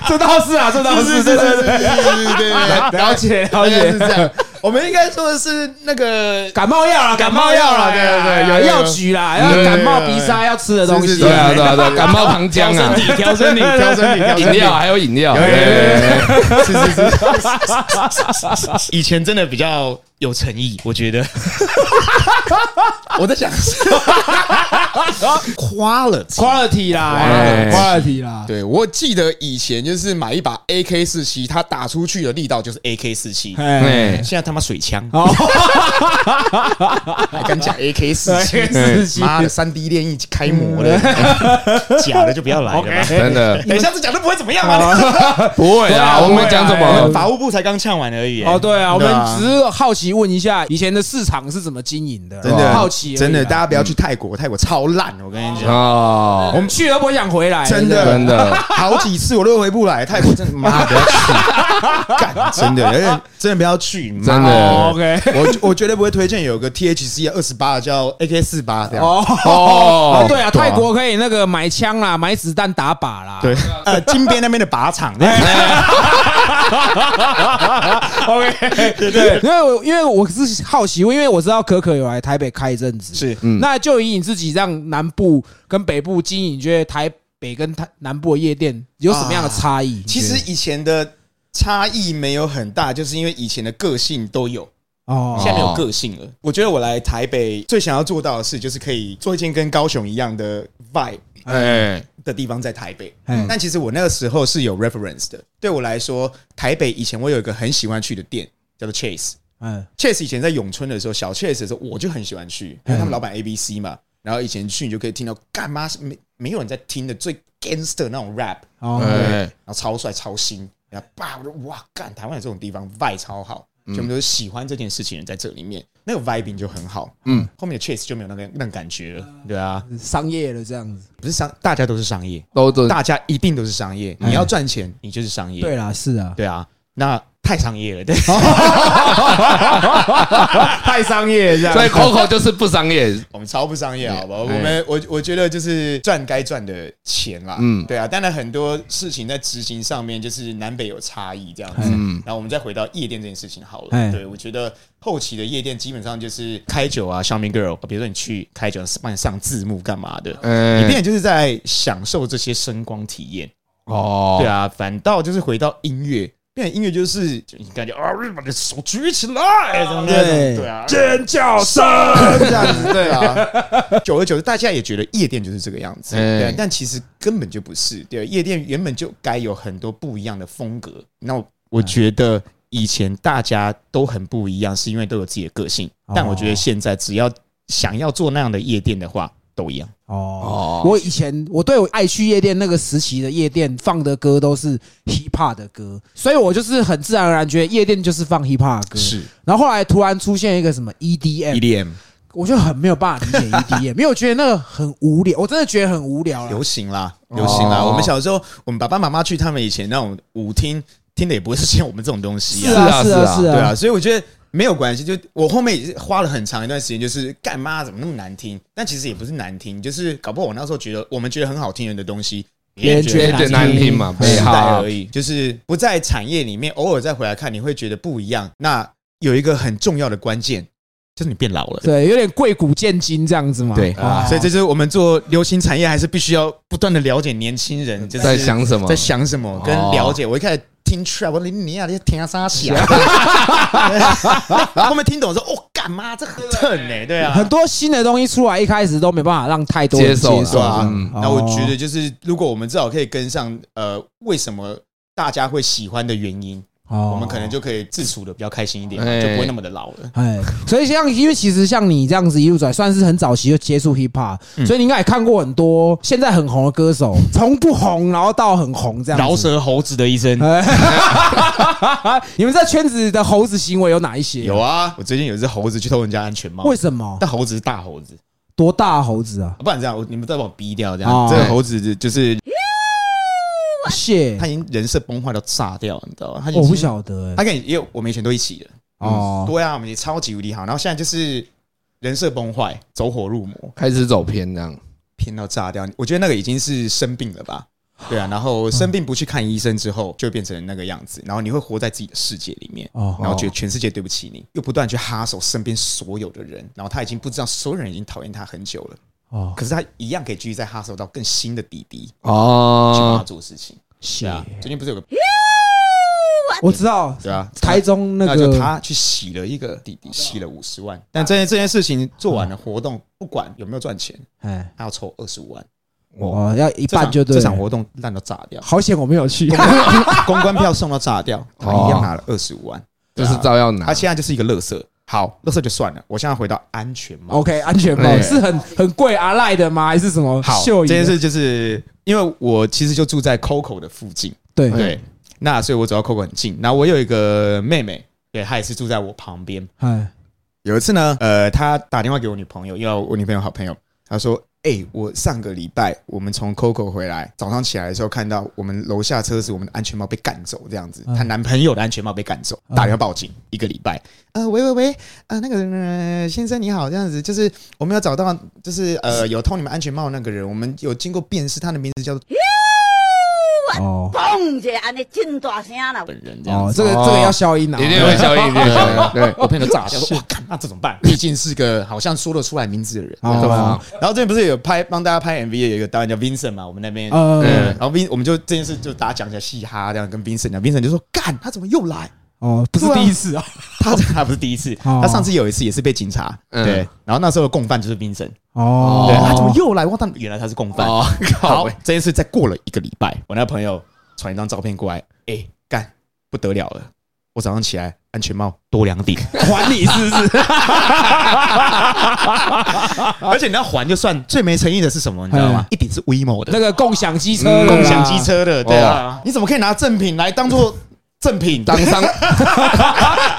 [SPEAKER 1] 这倒是啊，这倒
[SPEAKER 2] 是是是是是是是，对对对，
[SPEAKER 1] 了解了
[SPEAKER 2] 大概
[SPEAKER 1] 解
[SPEAKER 2] 是。这样。 我们应该说的是那个
[SPEAKER 1] 感冒药啦，
[SPEAKER 2] 感冒药啦对对对有
[SPEAKER 1] 有
[SPEAKER 2] 有
[SPEAKER 1] 药局啦，
[SPEAKER 2] 对
[SPEAKER 1] 要
[SPEAKER 2] 对对
[SPEAKER 1] 感冒鼻塞要吃的东
[SPEAKER 2] 是
[SPEAKER 1] 西
[SPEAKER 2] 是
[SPEAKER 3] 对啊
[SPEAKER 1] 啊，
[SPEAKER 3] 对啊对啊，感冒糖浆啊，
[SPEAKER 2] 调身 体、调身体、调身
[SPEAKER 3] 饮
[SPEAKER 2] 体
[SPEAKER 3] 料。还有饮料，
[SPEAKER 2] 有有有
[SPEAKER 3] 对对
[SPEAKER 2] 有有，是是是，以前真的比较有诚意，我觉得。 我在想 夸了，
[SPEAKER 1] ，quality 啦
[SPEAKER 3] 哎
[SPEAKER 1] ，quality 啦，
[SPEAKER 2] 对我记得以前就是买一把 AK 四七，它打出去的力道就是 AK 四七，
[SPEAKER 1] 哎，
[SPEAKER 3] 哎
[SPEAKER 2] 现在他妈水枪，
[SPEAKER 1] 哦，
[SPEAKER 2] 还敢讲 AK 哎四 七？嗯
[SPEAKER 1] 事情，
[SPEAKER 2] 妈的，三 D 炼一开模的， 假的就不要来了吧。
[SPEAKER 3] 真的
[SPEAKER 2] 哎，下次讲都不会怎么样啊。
[SPEAKER 3] 不会啊，我们讲什么？
[SPEAKER 2] 法务部才刚呛完而已。
[SPEAKER 1] 哦，对啊，我
[SPEAKER 2] 对啊
[SPEAKER 1] 们只是好奇问一下，以前的市场是怎么经营的？哦
[SPEAKER 2] 真的
[SPEAKER 1] 好奇而已啦，
[SPEAKER 2] 啊
[SPEAKER 1] 啊
[SPEAKER 2] 真的，大家不要去泰国，泰国超烂，我跟你讲，
[SPEAKER 3] 哦，
[SPEAKER 1] 我们去了不会想回来，
[SPEAKER 2] 真的
[SPEAKER 3] 真的
[SPEAKER 2] 好几次我都回不来，泰国真的妈不要去，干真的，而且真的不要去，妈
[SPEAKER 3] 真的
[SPEAKER 1] 哦，OK，
[SPEAKER 2] 我我绝对不会推荐有个 THC 啊二十八叫 AK 四八这样。
[SPEAKER 1] 哦。
[SPEAKER 3] 哦
[SPEAKER 1] 哦，对啊，泰国可以那个买枪啦，买子弹打靶啦。
[SPEAKER 2] 对，呃，金边那边的靶场，
[SPEAKER 1] ，OK，对对， 因为我因为我是好奇，因为我知道可可有来台北开一阵子，
[SPEAKER 2] 是嗯
[SPEAKER 1] 那就以你自己让南部跟北部经营，你觉得台北跟台南部的夜店有什么样的差异？
[SPEAKER 2] 其
[SPEAKER 1] 你
[SPEAKER 2] 实
[SPEAKER 1] 觉得
[SPEAKER 2] 以前的差异没有很大，就是因为以前的个性都有，
[SPEAKER 1] 哦，
[SPEAKER 2] 现在没有个性了。我觉得我来台北最想要做到的事，就是可以做一件跟高雄一样的 vibe
[SPEAKER 3] 哎，
[SPEAKER 2] 的地方在台北。
[SPEAKER 1] 嗯
[SPEAKER 2] 但其实我那个时候是有 reference 的。对我来说，台北以前我有一个很喜欢去的店，叫做 Chase。
[SPEAKER 1] 嗯
[SPEAKER 2] Chase 以前在永春的时候，小 Chase 的时候，我就很喜欢去，因为他们老板 ABC 嘛。然后以前去你就可以听到干妈是没没有人在听的最 gangster 那种 rap，
[SPEAKER 1] 哦，
[SPEAKER 2] 对，
[SPEAKER 3] 哎
[SPEAKER 2] 然，后超帅超新，然后爸，我说哇，干台湾有这种地方，vibe 超好，全部都是喜欢这件事情的人在这里面，那个 vibing 就很好。嗯，后面的 chase 就没有那个那种感觉了。对啊，
[SPEAKER 1] 商业的这样子。
[SPEAKER 2] 不是商，大家都是商业，
[SPEAKER 3] 都都嗯
[SPEAKER 2] 大家一定都是商业，你要赚钱，你就是商业。
[SPEAKER 1] 对啦，是啊，
[SPEAKER 2] 对啊，那太商业了， 对，太商业了这样。
[SPEAKER 3] 所以 Coco 就是不商业，
[SPEAKER 2] 我们超不商业，好不好？我
[SPEAKER 3] 哎
[SPEAKER 2] 们我我觉得就是赚该赚的钱啦，嗯，对啊。当然很多事情在执行上面就是南北有差异这样子。
[SPEAKER 3] 嗯
[SPEAKER 2] 然后我们再回到夜店这件事情好
[SPEAKER 1] 哎
[SPEAKER 2] 了，对我觉得后期的夜店基本上就是开酒啊，小明 girl，比如说你去开酒帮你上字幕干嘛的，
[SPEAKER 3] 哎
[SPEAKER 2] 你变成就是在享受这些声光体验。
[SPEAKER 3] 哦，
[SPEAKER 2] 对啊，反倒就是回到音乐，变成音乐就是就你感觉啊，把你的手举起来，这样
[SPEAKER 1] 对
[SPEAKER 2] 对对啊，
[SPEAKER 1] 尖叫声，
[SPEAKER 2] 这样子，对啊。 久而久之，大家也觉得夜店就是这个样子，
[SPEAKER 3] 哎
[SPEAKER 2] 对啊。但其实根本就不是，对啊，夜店原本就该有很多不一样的风格。那我我觉得以前大家都很不一样，是因为都有自己的个性。但我觉得现在只要想要做那样的夜店的话，都一样。
[SPEAKER 1] 哦，我以前我对我爱去夜店那个时期的夜店放的歌都是 hip hop 的歌，所以我就是很自然而然觉得夜店就是放 hip hop 的歌。
[SPEAKER 2] 是 E
[SPEAKER 1] 然后后来突然出现一个什么 EDM，
[SPEAKER 2] EDM
[SPEAKER 1] 我就很没有办法理解 EDM，因为我觉得那个很无聊，我真的觉得很无聊了
[SPEAKER 2] 流。行啦，流行啦。
[SPEAKER 3] 哦
[SPEAKER 2] 我们小时候，我们爸爸妈妈去他们以前那种舞厅听的也不会是像我们这种东西
[SPEAKER 1] 是
[SPEAKER 2] 啊。
[SPEAKER 1] 啊，
[SPEAKER 3] 是啊
[SPEAKER 1] 啊，是
[SPEAKER 2] 对啊，，所以我觉得没有关系。就我后面也是花了很长一段时间，就是干妈怎么那么难听？但其实也不是难听，就是搞不好我那时候觉得我们觉得很好听人的东西，
[SPEAKER 1] 别人觉得
[SPEAKER 3] 有点难听嘛，
[SPEAKER 2] 时
[SPEAKER 3] 背啊
[SPEAKER 2] 代
[SPEAKER 3] 好
[SPEAKER 2] 而已，就是不在产业里面，偶尔再回来看，你会觉得不一样。那有一个很重要的关键，就是你变老了。
[SPEAKER 1] 对，有点贵古见今这样子嘛。
[SPEAKER 2] 对
[SPEAKER 1] 哦
[SPEAKER 2] 所以这就是我们做流行产业，还是必须要不断的了解年轻人就是
[SPEAKER 3] 在想什么
[SPEAKER 2] 在？想什么，跟
[SPEAKER 3] 哦
[SPEAKER 2] 了解。我一开始听 trap，我说你啊，你在听啥小？ 后面听懂说，哦，干妈这很疼哎，对啊，
[SPEAKER 1] 很多新的东西出来，一开始都没办法让太多人
[SPEAKER 3] 接受
[SPEAKER 1] 接
[SPEAKER 2] 对
[SPEAKER 1] 受
[SPEAKER 3] 啦。
[SPEAKER 2] 啊
[SPEAKER 3] 嗯。
[SPEAKER 2] 那我觉
[SPEAKER 1] 哦
[SPEAKER 2] 得就是，如果我们至少可以跟上，呃，为什么大家会喜欢的原因，
[SPEAKER 1] 哦
[SPEAKER 2] 我们可能就可以自处的比较开心一点，
[SPEAKER 3] 哎
[SPEAKER 2] 就不会那么的老了。
[SPEAKER 1] 哎，所以像因为其实像你这样子一路走来，算是很早期就接触 hip hop，、所以你
[SPEAKER 2] 嗯
[SPEAKER 1] 应该也看过很多现在很红的歌手，从不红然后到很红这样子。
[SPEAKER 2] 饶舌猴子的一生
[SPEAKER 1] 哎你们在圈子的猴子行为有哪一些？
[SPEAKER 2] 有，啊，我最近有一只猴子去偷人家安全帽，
[SPEAKER 1] 为什么？
[SPEAKER 2] 但猴子是大猴子，
[SPEAKER 1] 多大的猴子啊？
[SPEAKER 2] 不然这样，我你们再把我逼掉这
[SPEAKER 1] 哦
[SPEAKER 2] 样。这个猴子就是
[SPEAKER 1] 谢
[SPEAKER 2] 他，已经人设崩坏到炸掉，你知道吗？他已经
[SPEAKER 1] 我不晓得、
[SPEAKER 2] 他
[SPEAKER 1] 哎
[SPEAKER 2] 跟你也有我们以前都一起的
[SPEAKER 1] 哦，
[SPEAKER 2] 对啊，我们也超级无敌好。然后现在就是人设崩坏，走火入魔，
[SPEAKER 3] 开始走偏这样，
[SPEAKER 2] 偏到炸掉。我觉得那个已经是生病了吧？对啊，然
[SPEAKER 1] 嗯
[SPEAKER 2] 后生病不去看医生之后，就会变成那个样子。然后你会活在自己的世界里面，
[SPEAKER 1] 哦
[SPEAKER 2] 然后觉得全世界对不起你，又不断去哈手身边所有的人。然后他已经不知道所有人已经讨厌他很久了，
[SPEAKER 1] 哦，
[SPEAKER 2] 可是他一样可以继续再哈手到更新的弟弟去啊帮他
[SPEAKER 3] 哦，
[SPEAKER 2] 做事情。
[SPEAKER 1] 谢
[SPEAKER 2] 对，啊，最近不是有个
[SPEAKER 1] 我知道，
[SPEAKER 2] 对啊，
[SPEAKER 1] 台中那啊
[SPEAKER 2] 那就
[SPEAKER 1] 个
[SPEAKER 2] 他去洗了一个弟弟，洗了五十万。但这件这件事情做完了活动，不管有没有赚钱，
[SPEAKER 1] 哎，
[SPEAKER 2] 他要抽二十五万。
[SPEAKER 1] 哦，要一
[SPEAKER 2] 这
[SPEAKER 1] 半
[SPEAKER 2] 场
[SPEAKER 1] 就对
[SPEAKER 2] 这场
[SPEAKER 1] 了。，
[SPEAKER 2] 活动烂到炸掉
[SPEAKER 1] 好险我没有去，
[SPEAKER 2] 公关票送到炸
[SPEAKER 1] 哦
[SPEAKER 2] 掉，他一样拿了二十五万。
[SPEAKER 3] 就是照要拿
[SPEAKER 2] 他。现在就是一个乐色。好，乐色就算了。我现在回到安全帽。
[SPEAKER 1] OK，安全帽
[SPEAKER 3] 对
[SPEAKER 1] 是很很贵阿赖的吗？还是什么
[SPEAKER 2] 好，
[SPEAKER 1] 秀
[SPEAKER 2] 这
[SPEAKER 1] 仪的？
[SPEAKER 2] 件事就是因为我其实就住在 Coco 的附近，
[SPEAKER 1] 对
[SPEAKER 2] 对，那所以我走到 Coco 很近。那我有一个妹妹，对，她也是住在我旁边。
[SPEAKER 1] 哎，
[SPEAKER 2] 有一次呢，呃，他打电话给我女朋友，因为我女朋友好朋友，他说：“哎、我上个礼拜我们从 Coco 回来，早上起来的时候看到我们楼下车子，我们的安全帽被赶走，这样子，她男朋友的安全帽被赶走，打电话报警，一个礼拜。呃，喂喂喂，呃，那个人、呃、先生你好，这样子，就是我们有找到，就是呃，有偷你们安全帽的那个人，我们有经过辨识，他的名字叫做
[SPEAKER 1] 哦
[SPEAKER 4] 嘣一下，安尼真大声啦！
[SPEAKER 2] 本人，这样
[SPEAKER 1] 哦，
[SPEAKER 2] 子。
[SPEAKER 1] 这个
[SPEAKER 3] 哦
[SPEAKER 1] 这个要消音啊，
[SPEAKER 3] 一定会消音，一定会消音。对， 哦
[SPEAKER 2] 我朋友都炸掉， 我说哇，干那这怎么办？ 毕竟是个好像说得出来名字的人，
[SPEAKER 1] 哦
[SPEAKER 3] 对吧？
[SPEAKER 2] 然后之前不是有拍帮大家拍 MV 的有一个导演叫 Vincent 嘛，我们那边，
[SPEAKER 1] 呃
[SPEAKER 2] 对，然后 Vin 我们就这件事就大家讲起来嘻哈，这样跟 Vincent 讲，Vincent 就说干他怎么又来？
[SPEAKER 1] 哦，不是第一次啊，
[SPEAKER 2] 他他不是第一次，
[SPEAKER 1] 哦
[SPEAKER 2] 他上次有一次也是被警察，
[SPEAKER 3] 嗯
[SPEAKER 2] 对，然后那时候的共犯就是 Vincent，
[SPEAKER 1] 哦，
[SPEAKER 2] 对，他怎么又来？哇，但原来他是共犯。
[SPEAKER 3] 哦，
[SPEAKER 2] 好
[SPEAKER 3] 靠，
[SPEAKER 2] 这件事再过了一个礼拜，我那个朋友传一张照片过来，哎，干不得了了，我早上起来安全帽多两顶，还你是不 是？
[SPEAKER 1] 啊
[SPEAKER 2] 而且你要还就算，最没诚意的是什么，你知道吗
[SPEAKER 1] 嗯？
[SPEAKER 2] 一顶是 WeMo 的嗯
[SPEAKER 1] 那。个共享机车，哦
[SPEAKER 2] 共享机，车的，对啊
[SPEAKER 3] 哇，
[SPEAKER 2] 你怎么可以拿赠品来当做正品，
[SPEAKER 3] 当商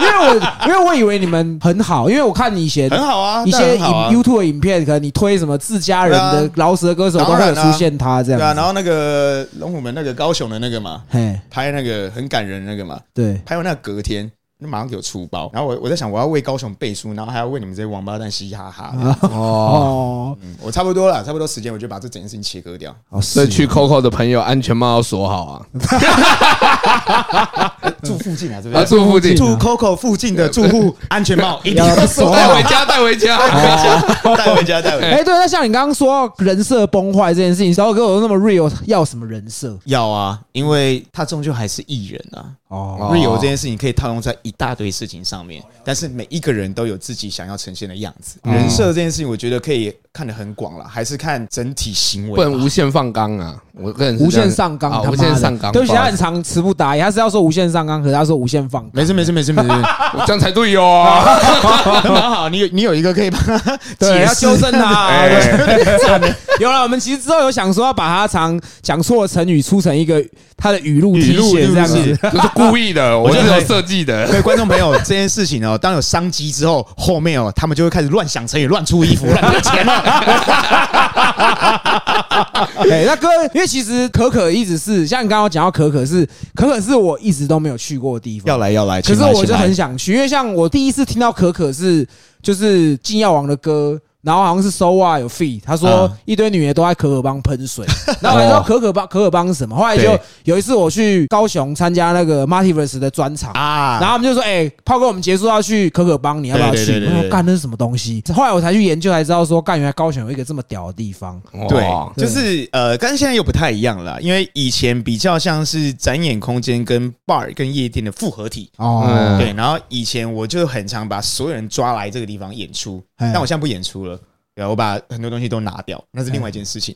[SPEAKER 1] 因为我因为我以为你们很好，因为我看你以前
[SPEAKER 2] 很好啊，
[SPEAKER 1] 一
[SPEAKER 2] 当然
[SPEAKER 1] 些
[SPEAKER 2] 很好啊
[SPEAKER 1] YouTube 影片，可能你推什么自家人
[SPEAKER 2] 对
[SPEAKER 1] 的
[SPEAKER 2] 啊
[SPEAKER 1] 饶舌歌手都会有出现他这
[SPEAKER 2] 对
[SPEAKER 1] 样
[SPEAKER 2] 啊，
[SPEAKER 1] 子
[SPEAKER 2] 然，后那个龙虎门那个高雄的那个嘛，
[SPEAKER 1] 嘿，
[SPEAKER 2] 拍那个很感人的那个嘛，
[SPEAKER 1] 对，
[SPEAKER 2] 拍完那个隔天。那马上给我出包，然后我我在想，我要为高雄背书，然后还要为你们这些王八蛋嘻嘻哈哈。
[SPEAKER 1] 啊
[SPEAKER 3] 哦，
[SPEAKER 1] 哦，
[SPEAKER 2] 嗯我差不多了，差不多时间，我就把这整件事情切割掉。
[SPEAKER 1] 哦，
[SPEAKER 3] 所以
[SPEAKER 1] 是
[SPEAKER 3] 去 Coco 的朋友安全帽要锁好啊，
[SPEAKER 2] 住附近啊，这
[SPEAKER 3] 啊，
[SPEAKER 2] 边
[SPEAKER 3] 住附近
[SPEAKER 1] 嗯住。
[SPEAKER 2] 住 Coco 附近的住 户安全帽一定
[SPEAKER 1] 要
[SPEAKER 2] 要
[SPEAKER 1] 锁
[SPEAKER 2] 锁，
[SPEAKER 3] 带回家，带回家。
[SPEAKER 2] 带回家，带回家。
[SPEAKER 1] 哎，对，那像你刚刚说到人设崩坏这件事情，然后给我那么 real，要什么人设？
[SPEAKER 2] 要啊，因为他终究还是艺人啊。
[SPEAKER 1] 哦，
[SPEAKER 3] 哦
[SPEAKER 2] real 这件事情可以套用在一大堆事情上面，但是每一个人都有自己想要呈现的样子。人设这件事情，我觉得可以看得很广了，还是看整体行
[SPEAKER 3] 不
[SPEAKER 2] 为
[SPEAKER 3] 能
[SPEAKER 2] 吧。
[SPEAKER 3] 无限放刚啊！我个人是
[SPEAKER 1] 无
[SPEAKER 3] 这样
[SPEAKER 1] 限上纲
[SPEAKER 3] 啊，
[SPEAKER 1] 他
[SPEAKER 3] 无
[SPEAKER 1] 妈的
[SPEAKER 3] 限上纲。
[SPEAKER 1] 对不起，
[SPEAKER 3] 好
[SPEAKER 1] 他
[SPEAKER 3] 意
[SPEAKER 1] 很
[SPEAKER 3] 思
[SPEAKER 1] 常词不达意，他是要说无限上纲，可是他说无限放，
[SPEAKER 2] 没事没事没事没事，
[SPEAKER 3] 我 这样才对哦。
[SPEAKER 2] 蛮好。 你有你有一个可以帮他
[SPEAKER 1] 对，
[SPEAKER 2] 解
[SPEAKER 1] 要
[SPEAKER 2] 释
[SPEAKER 1] 纠正他啊。
[SPEAKER 3] 哎
[SPEAKER 1] 对惨了有了，我们其实之后有想说要把他常讲错的成语出成一个他的语录
[SPEAKER 2] 语
[SPEAKER 1] 题
[SPEAKER 2] 录
[SPEAKER 1] 写这样
[SPEAKER 2] 是不
[SPEAKER 1] 子
[SPEAKER 2] 是。
[SPEAKER 3] 就是故意的，我
[SPEAKER 2] 我觉
[SPEAKER 3] 是
[SPEAKER 2] 得
[SPEAKER 3] 有
[SPEAKER 2] 可以
[SPEAKER 3] 设计的。
[SPEAKER 2] 各位观众朋友，这件事情哦，当有商机之后，后面哦，他们就会开始乱想成语、乱出衣服、乱给钱了。
[SPEAKER 1] 对，哎那哥，因为其实可可一直是像你刚刚讲到可可是可可是我一直都没有去过的地方，
[SPEAKER 2] 要来要来，
[SPEAKER 1] 可是
[SPEAKER 2] 请来
[SPEAKER 1] 我就很
[SPEAKER 2] 请来
[SPEAKER 1] 想去，因为像我第一次听到可可是就是禁药王的歌。然后好像是 So What 有 Fee，他说
[SPEAKER 2] 嗯
[SPEAKER 1] 一堆女的都在可可帮喷 水，然后我还知道可可帮可可帮是什么。后来就
[SPEAKER 2] 对
[SPEAKER 1] 有一次我去高雄参加那个 Multiverse 的专场，
[SPEAKER 2] 啊，
[SPEAKER 1] 然后他们就说：“哎、炮哥，我们结束要去可可帮，你要不要去？”
[SPEAKER 2] 对对对对
[SPEAKER 1] 我
[SPEAKER 2] 对
[SPEAKER 1] 说：“干，那是什么东西？”后来我才去研究，才知道说，干，原来高雄有一个这么屌的地方。
[SPEAKER 3] 哇
[SPEAKER 2] 对，就是呃，跟现在又不太一样了啦，因为以前比较像是展演空间跟 bar 跟夜店的复合体。
[SPEAKER 1] 哦
[SPEAKER 3] 嗯，
[SPEAKER 2] 对，然后以前我就很常把所有人抓来这个地方演出，
[SPEAKER 1] 哎
[SPEAKER 2] 但我现在不演出了，对啊，我把很多东西都拿掉，那是另外一件事情。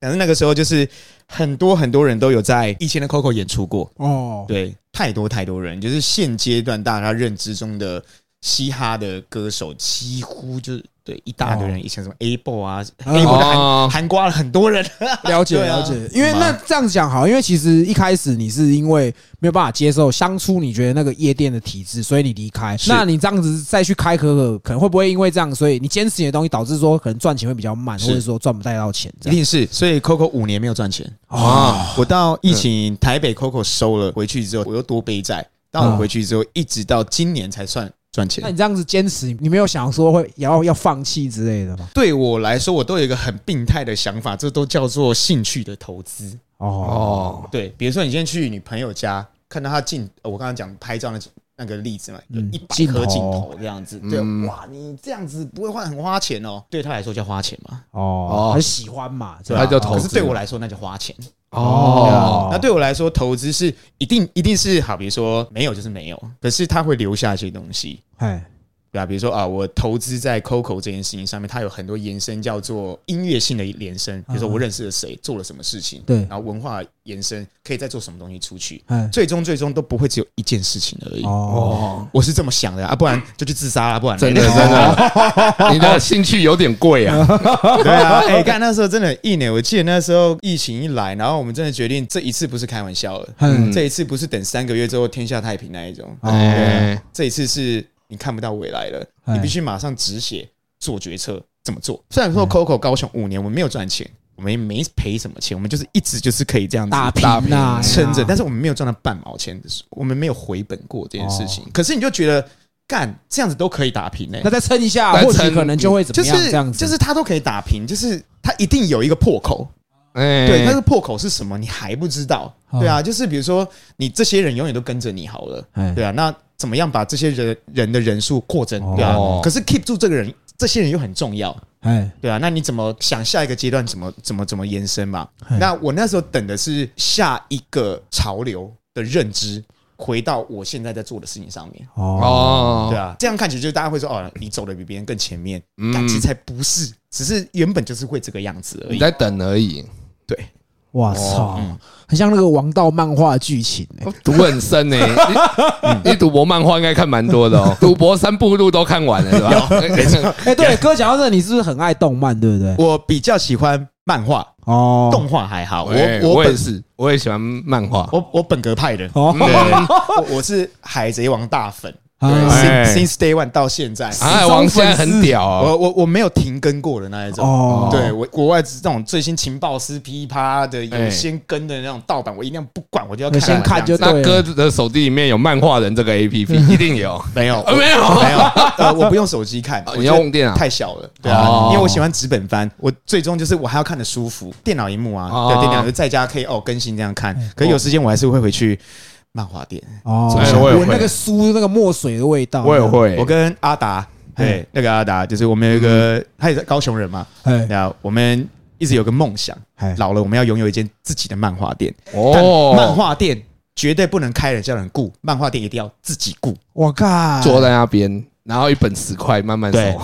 [SPEAKER 2] 但是那个时候就是很多很多人都有在以前的 Coco 演出过，
[SPEAKER 1] 哦，
[SPEAKER 2] 对，太多太多人，就是现阶段大家认知中的嘻哈的歌手，几乎就是对一大堆人，以前什么 Able 啊
[SPEAKER 1] 嗯
[SPEAKER 2] ，Able 的
[SPEAKER 3] 哦
[SPEAKER 2] 韩韩瓜了很多人，
[SPEAKER 1] 了解
[SPEAKER 2] 对啊
[SPEAKER 1] 了解。因为
[SPEAKER 2] 是吗
[SPEAKER 1] 那这样讲好，因为其实一开始你是因为没有办法接受当初你觉得那个夜店的体制，所以你离开。
[SPEAKER 2] 是
[SPEAKER 1] 那你这样子再去开可可，可能会不会因为这样，所以你坚持你的东西，导致说可能赚钱会比较慢，或
[SPEAKER 2] 是
[SPEAKER 1] 者说赚不太到钱
[SPEAKER 2] 一
[SPEAKER 1] 这样？
[SPEAKER 2] 定是，所以 Coco 五年没有赚钱。
[SPEAKER 3] 啊
[SPEAKER 1] 哦，
[SPEAKER 2] 我到疫情台北 Coco 收了回去之后，我又多背债。但我回去之后，一直到今年才算赚
[SPEAKER 1] 那
[SPEAKER 2] 钱
[SPEAKER 1] 你。这样子坚持，你没有想说会也要要放弃之类的吗？
[SPEAKER 2] 对我来说，我都有一个很病态的想法，这都叫做兴趣的投资。
[SPEAKER 1] 哦，
[SPEAKER 3] 哦，
[SPEAKER 2] 对，比如说你今天去你朋友家，看到他进，呃我刚刚讲拍照那那个例子嘛，有
[SPEAKER 1] 嗯
[SPEAKER 2] 一百
[SPEAKER 1] 镜头
[SPEAKER 2] 颗镜头这样子，对，
[SPEAKER 3] 嗯
[SPEAKER 2] 哇，你这样子不会花很花钱哦，对他来说叫花钱嘛，
[SPEAKER 1] 哦
[SPEAKER 3] 哦，
[SPEAKER 1] 很喜欢嘛，这
[SPEAKER 2] 对
[SPEAKER 1] 样
[SPEAKER 2] 吧
[SPEAKER 3] 他叫投
[SPEAKER 2] 可
[SPEAKER 3] 资
[SPEAKER 2] 是对我来说那就花钱。
[SPEAKER 1] 哦
[SPEAKER 3] 哦，
[SPEAKER 2] 那对我来说，投资是一定一定是好，比如说没有就是没有，可是它会留下一些东西，
[SPEAKER 1] 哎，
[SPEAKER 2] 对吧、比如说啊，我投资在 Coco 这件事情上面，它有很多延伸，叫做音乐性的延
[SPEAKER 3] 嗯
[SPEAKER 2] 伸，比如说我认识了谁，做了什么事情，
[SPEAKER 1] 对
[SPEAKER 2] 然后文化延伸可以再做什么东西出去，
[SPEAKER 1] 哎，
[SPEAKER 2] 最终最终都不会只有一件事情而已。
[SPEAKER 1] 哦，
[SPEAKER 3] 哦，
[SPEAKER 2] 我是这么想的啊，不然就去自杀了，不然
[SPEAKER 3] 真的真的，你的兴趣有点贵啊。
[SPEAKER 2] 对啊，哎、干那时候真的很硬哎、我记得那时候疫情一来，然后我们真的决定这一次不是开玩笑了，
[SPEAKER 1] 嗯
[SPEAKER 2] 这一次不是等三个月之后天下太平那一种，
[SPEAKER 1] 哎
[SPEAKER 3] 哎，
[SPEAKER 2] 这一次是你看不到未来了，
[SPEAKER 1] 哎
[SPEAKER 2] 你必须马上止血做决策怎么做。嗯虽然说 Coco 高雄五年我们没有赚钱，我们也没赔什么钱，我们就是一直就是可以这样子
[SPEAKER 1] 打拼啊，
[SPEAKER 2] 撑着，但
[SPEAKER 1] 是
[SPEAKER 2] 是我们没有赚到半毛钱，我们没有回本过这件事情。可是你就觉得干这样子都可以打平呢、欸
[SPEAKER 1] 那再撑一下，
[SPEAKER 3] 再
[SPEAKER 1] 或
[SPEAKER 3] 撑
[SPEAKER 1] 许可能就会怎
[SPEAKER 2] 就
[SPEAKER 1] 么样？
[SPEAKER 2] 是
[SPEAKER 1] 这样子
[SPEAKER 2] 就是他都可以打平，就是他一定有一个破口，
[SPEAKER 3] 哎
[SPEAKER 2] 对，但是破口是什么你还不知道，对啊，就是比如说你这些人永远都跟着你好了，
[SPEAKER 1] 哎
[SPEAKER 2] 对啊，那怎么样把这些人人的人数扩增，对啊
[SPEAKER 3] 哦，
[SPEAKER 2] 可是 keep 住这个人，这些人又很重要，
[SPEAKER 1] 哎
[SPEAKER 2] 对啊，那你怎么想下一个阶段怎么怎么怎么延伸嘛
[SPEAKER 1] 嗯？
[SPEAKER 2] 那我那时候等的是下一个潮流的认知。回到我现在在做的事情上面，
[SPEAKER 1] 哦
[SPEAKER 2] 对
[SPEAKER 3] 哦，
[SPEAKER 2] 啊，这样看起来就是大家会说哦，你走的比别人更前面，
[SPEAKER 3] 嗯
[SPEAKER 2] 但其实才不是，只是原本就是会这个样子而
[SPEAKER 3] 你
[SPEAKER 2] 已。
[SPEAKER 3] 在等而已，
[SPEAKER 2] 对，
[SPEAKER 1] 哇操
[SPEAKER 2] 嗯，
[SPEAKER 1] 很像那个王道漫画剧情欸
[SPEAKER 3] 读很深 呢。你你赌博漫画应该看蛮多的哦，赌博三部路都看完了是吧？哎
[SPEAKER 1] 哎，对，哥讲到这，你是不是很爱动漫，对不对？
[SPEAKER 2] 我比较喜欢漫画，
[SPEAKER 1] 哦
[SPEAKER 2] 动画还好，我
[SPEAKER 3] 哎
[SPEAKER 2] 我
[SPEAKER 3] 我哦也
[SPEAKER 2] 本
[SPEAKER 3] 是，我也喜欢漫画。
[SPEAKER 2] 我我本格派的，
[SPEAKER 1] 哦
[SPEAKER 2] 对，我我是海贼王大粉，对
[SPEAKER 3] 哎
[SPEAKER 2] ，since since day one 到现在，
[SPEAKER 3] 海哎王现在很屌啊！
[SPEAKER 2] 我我我没有停更过的那一
[SPEAKER 1] 哦
[SPEAKER 2] 种，对我国外这种最新情报师噼啪的
[SPEAKER 3] 哎
[SPEAKER 2] 有先跟的那种盗版，我一定不管，我就要
[SPEAKER 1] 你
[SPEAKER 2] 看
[SPEAKER 1] 先
[SPEAKER 2] 完
[SPEAKER 1] 看
[SPEAKER 2] 这样
[SPEAKER 1] 就
[SPEAKER 2] 子
[SPEAKER 3] 那哥的手机里面有漫画人这个 A P P，一定有。
[SPEAKER 2] 没有
[SPEAKER 3] 啊嗯没有
[SPEAKER 2] 我 没有，呃，我不用手机看
[SPEAKER 3] 哦，
[SPEAKER 2] 我
[SPEAKER 3] 你
[SPEAKER 2] 觉得
[SPEAKER 3] 要用电脑
[SPEAKER 2] 太小了，对啊
[SPEAKER 3] 哦，
[SPEAKER 2] 因为我喜欢纸本翻，我最终就是我还要看的舒服，电脑荧幕啊，
[SPEAKER 3] 哦
[SPEAKER 2] 对，电脑就在家可以哦更新这样看，
[SPEAKER 1] 哎
[SPEAKER 2] 可有时间我还是会回去漫画店，
[SPEAKER 1] 哦
[SPEAKER 3] 哎我也会
[SPEAKER 1] 闻那个书那个墨水的味道，
[SPEAKER 3] 我也会，
[SPEAKER 2] 我跟阿达，对，那个阿达就是我们有一
[SPEAKER 1] 嗯
[SPEAKER 2] 个，他也是高雄人嘛，
[SPEAKER 1] 哎
[SPEAKER 2] 对啊，我们一直有个梦想
[SPEAKER 1] 哎，
[SPEAKER 2] 老了我们要拥有一间自己的漫画店，但
[SPEAKER 3] 哦，
[SPEAKER 2] 漫画店绝对不能开人叫人雇，漫画店一定要自己雇，
[SPEAKER 1] 我靠，
[SPEAKER 3] 坐在那边，然后一本十块慢慢收。
[SPEAKER 2] 对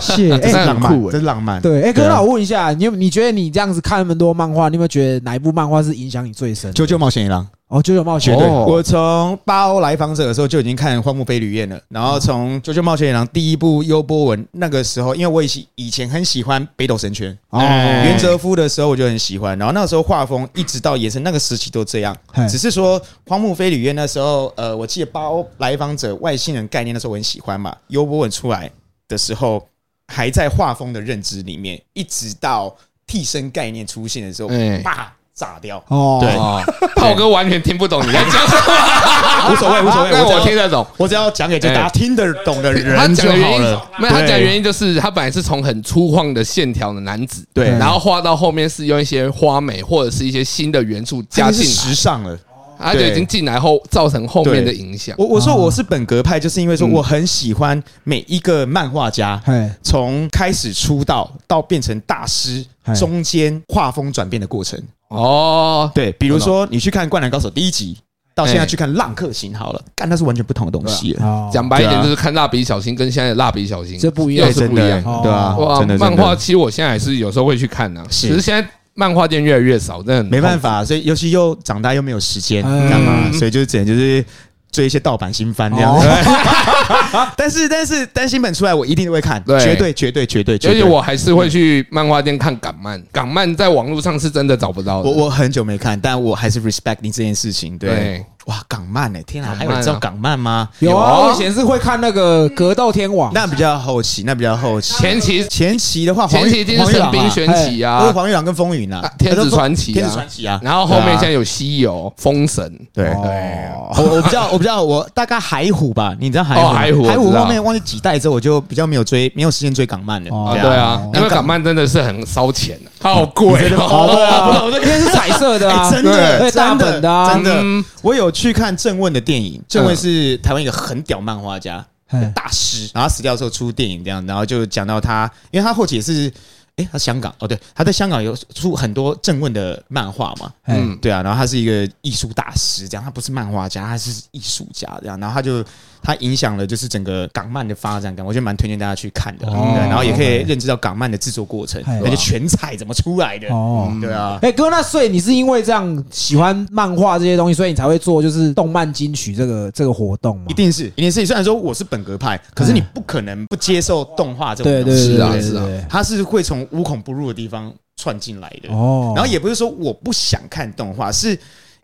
[SPEAKER 1] 谢
[SPEAKER 2] 这
[SPEAKER 1] 哎
[SPEAKER 2] 是
[SPEAKER 3] 那很
[SPEAKER 2] 浪
[SPEAKER 3] 酷
[SPEAKER 2] 漫，
[SPEAKER 3] 欸
[SPEAKER 2] 这是浪漫，
[SPEAKER 1] 对，哎，哥，
[SPEAKER 2] 对啊
[SPEAKER 1] 那我问一下，你有你觉得你这样子看那么多漫画，你有没有觉得哪一部漫画是影响你最深的？
[SPEAKER 2] 九九冒险一郎。
[SPEAKER 1] 哦，《九九冒险
[SPEAKER 2] 绝》对，
[SPEAKER 3] 哦
[SPEAKER 2] 我从八欧来访者的时候就已经看《荒木飞吕彦》了，然后从《九九冒险野狼》第一部优波文那个时候，因为我以前以前很喜欢北斗神拳
[SPEAKER 1] 哦
[SPEAKER 2] 哎袁哲夫的时候我就很喜欢，然后那个时候画风一直到延伸那个时期都这样
[SPEAKER 1] 嘿，
[SPEAKER 2] 只是说荒木飞吕彦那时候，呃，我记得八欧来访者外星人概念那时候我很喜欢嘛，优波文出来的时候还在画风的认知里面，一直到替身概念出现的时候
[SPEAKER 1] 嗯
[SPEAKER 3] 哎，
[SPEAKER 2] 啪炸掉。
[SPEAKER 1] 哦，
[SPEAKER 2] 对
[SPEAKER 3] 哦，炮哥完全听不懂你在讲什么，
[SPEAKER 2] 无所谓无所谓
[SPEAKER 3] 但
[SPEAKER 2] 我只
[SPEAKER 3] 我
[SPEAKER 2] 要
[SPEAKER 3] 听得懂。
[SPEAKER 2] 我只要讲给就大家听得懂的
[SPEAKER 3] 他
[SPEAKER 2] 人
[SPEAKER 3] 讲
[SPEAKER 2] 就
[SPEAKER 3] 的原
[SPEAKER 2] 好
[SPEAKER 3] 因
[SPEAKER 2] 了。，
[SPEAKER 3] 没有他讲的原
[SPEAKER 2] 因，
[SPEAKER 3] 因就是他本来是从很粗犷的线条的男子，
[SPEAKER 2] 对
[SPEAKER 3] 然后画到后面是用一些花美或者是一些新的元素
[SPEAKER 2] 这
[SPEAKER 3] 加
[SPEAKER 2] 个是
[SPEAKER 3] 进
[SPEAKER 2] 时尚了。
[SPEAKER 3] 来，他就已经进来后造成后面的影响。
[SPEAKER 2] 我我说
[SPEAKER 1] 啊
[SPEAKER 2] 我是本格派，就是因为说我很喜欢每一个漫画家
[SPEAKER 1] 嗯嘿，
[SPEAKER 2] 从开始出道到变成大师
[SPEAKER 1] 嘿，
[SPEAKER 2] 中间画风转变的过程。
[SPEAKER 3] 哎哦，
[SPEAKER 2] 对，比如说你去看《灌篮高手》第一集，到现在去看《浪客行》好了，
[SPEAKER 3] 哎
[SPEAKER 2] 干那是完全不同的东西了。
[SPEAKER 1] 哦，
[SPEAKER 3] 讲白一点
[SPEAKER 2] 对啊
[SPEAKER 3] 就是看蜡笔小新跟现在的蜡笔小新
[SPEAKER 1] 这不一样
[SPEAKER 3] 又是不一样。
[SPEAKER 1] 哦
[SPEAKER 2] 对啊
[SPEAKER 3] 哇
[SPEAKER 2] 真的，真的
[SPEAKER 3] 漫画其实我现在还是有时候会去看呢，
[SPEAKER 2] 是
[SPEAKER 3] 只是现在漫画店越来越少，真的
[SPEAKER 2] 没办
[SPEAKER 3] 法。
[SPEAKER 2] 法，所以尤其又长大又没有时间
[SPEAKER 1] 嗯
[SPEAKER 3] 哎
[SPEAKER 2] 干嘛，所以就是只能就是追一些盗版新番这样子。 但是但是单行本出来，我一定会看，
[SPEAKER 3] 哦对
[SPEAKER 2] 绝对绝对绝对绝
[SPEAKER 3] 而且
[SPEAKER 2] 对。
[SPEAKER 3] 我还是会去漫画店看港漫，港漫在网络上是真的找不到的。
[SPEAKER 2] 我我很久没看，但我还是 respect 你这件事情。对，
[SPEAKER 3] 对
[SPEAKER 2] 哇，港漫呢、天啊，
[SPEAKER 3] 港
[SPEAKER 2] 还
[SPEAKER 3] 漫
[SPEAKER 2] 有
[SPEAKER 3] 啊
[SPEAKER 2] 人知道港漫吗？
[SPEAKER 1] 有
[SPEAKER 3] 有啊
[SPEAKER 1] 啊，我以前是会看那个《格斗天王》，
[SPEAKER 2] 那比较后期，那比较后期。
[SPEAKER 3] 前期
[SPEAKER 2] 前期的话，
[SPEAKER 3] 前期一定是神
[SPEAKER 2] 黄玉
[SPEAKER 3] 兵
[SPEAKER 2] 郎啊
[SPEAKER 3] 玄奇
[SPEAKER 2] 都是
[SPEAKER 3] 啊，
[SPEAKER 2] 黄玉郎跟风云啊
[SPEAKER 3] 啊，天子传奇啊
[SPEAKER 2] 天子传奇啊。
[SPEAKER 3] 然后后面
[SPEAKER 2] 对啊
[SPEAKER 3] 现在有西游、封神，
[SPEAKER 2] 对
[SPEAKER 1] 哦
[SPEAKER 2] 我我比较我比较我大概海虎吧，你知道海虎吗
[SPEAKER 3] 哦海虎
[SPEAKER 2] 海
[SPEAKER 3] 我
[SPEAKER 2] 虎
[SPEAKER 3] 知道
[SPEAKER 2] 后面忘记几代之后，我就比较没有追，没有时间追港漫了。
[SPEAKER 1] 哦
[SPEAKER 3] 啊，
[SPEAKER 1] 对
[SPEAKER 3] 对啊，因
[SPEAKER 2] 那
[SPEAKER 3] 为港漫真的是很烧钱的，好贵哦，
[SPEAKER 1] 啊，因为是彩色的啊，
[SPEAKER 2] 哎真的
[SPEAKER 1] 对
[SPEAKER 2] 真的
[SPEAKER 1] 大本的啊，
[SPEAKER 2] 真的
[SPEAKER 3] 嗯
[SPEAKER 2] 我有去看郑问的电影，郑问是台湾一个很屌漫画家
[SPEAKER 1] 嘿
[SPEAKER 2] 大师，然后他死掉之后出电影这样，然后就讲到他，因为他后期也是。诶，他香港哦，对，他在香港有出很多郑问的漫画嘛，
[SPEAKER 1] 嗯
[SPEAKER 3] 嗯，
[SPEAKER 2] 对啊，然后他是一个艺术大师，这样他不是漫画家，他是艺术家这样，然后他就他影响了就是整个港漫的发展感，我觉得蛮推荐大家去看的，
[SPEAKER 1] 哦
[SPEAKER 2] 对，然后也可以认知到港漫的制作过程，
[SPEAKER 1] 哎
[SPEAKER 2] 而且全彩怎么出来的，
[SPEAKER 1] 哦。
[SPEAKER 2] 对啊，
[SPEAKER 1] 哎、哥，那所以你是因为这样喜欢漫画这些东西，所以你才会做就是动漫金曲这个这个活动吗
[SPEAKER 2] 一？定是，一定是。虽然说我是本格派，可是你不可能不接受动画这种
[SPEAKER 1] 哎对
[SPEAKER 2] 东
[SPEAKER 1] 对
[SPEAKER 2] 西，
[SPEAKER 1] 对
[SPEAKER 3] 是啊
[SPEAKER 1] 对
[SPEAKER 3] 是啊
[SPEAKER 1] 对对
[SPEAKER 2] 它是会从无孔不入的地方窜进来的。
[SPEAKER 1] 哦，
[SPEAKER 2] 然后也不是说我不想看动画，是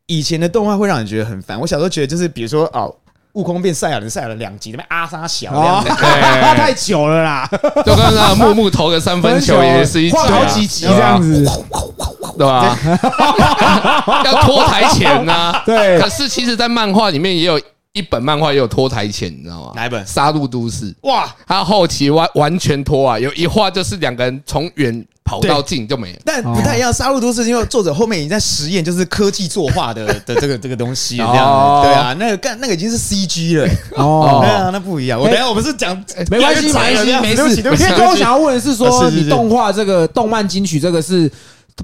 [SPEAKER 2] 以前的动画会让你觉得很烦。我小时候觉得就是，比如说哦，悟空变赛亚人，赛亚人两集那边阿沙小这样
[SPEAKER 1] 哦
[SPEAKER 2] 子，，
[SPEAKER 3] 哎
[SPEAKER 1] 太久了啦，
[SPEAKER 3] 就跟那个木木投个三分球也是一集啊
[SPEAKER 1] 换好几集这样，子，
[SPEAKER 3] 对吧？ 要拖台 前呐，
[SPEAKER 1] 对
[SPEAKER 3] 可是其实，在漫画里面也有一本漫画也有拖台前，你知道吗？
[SPEAKER 2] 哪一本
[SPEAKER 3] 杀戮都市》。
[SPEAKER 2] 哇！
[SPEAKER 3] 他后期完完全拖啊，有一画就是两个人从远跑到近就没了。
[SPEAKER 2] 但不太一样，《杀戮都市》因为作者后面已经在实验，就是科技作画的 的这个这个东西，这样
[SPEAKER 3] 哦
[SPEAKER 2] 子对啊，那个干那个已经是 CG 了，
[SPEAKER 1] 哦
[SPEAKER 2] 对啊，那不一样。我
[SPEAKER 1] 哎
[SPEAKER 2] 等一下我们是讲
[SPEAKER 1] 没关 系，没关系，没事。因为刚我想要问的是
[SPEAKER 2] 啊
[SPEAKER 1] 说，
[SPEAKER 2] 是是是
[SPEAKER 1] 你动画这个动漫金曲这个是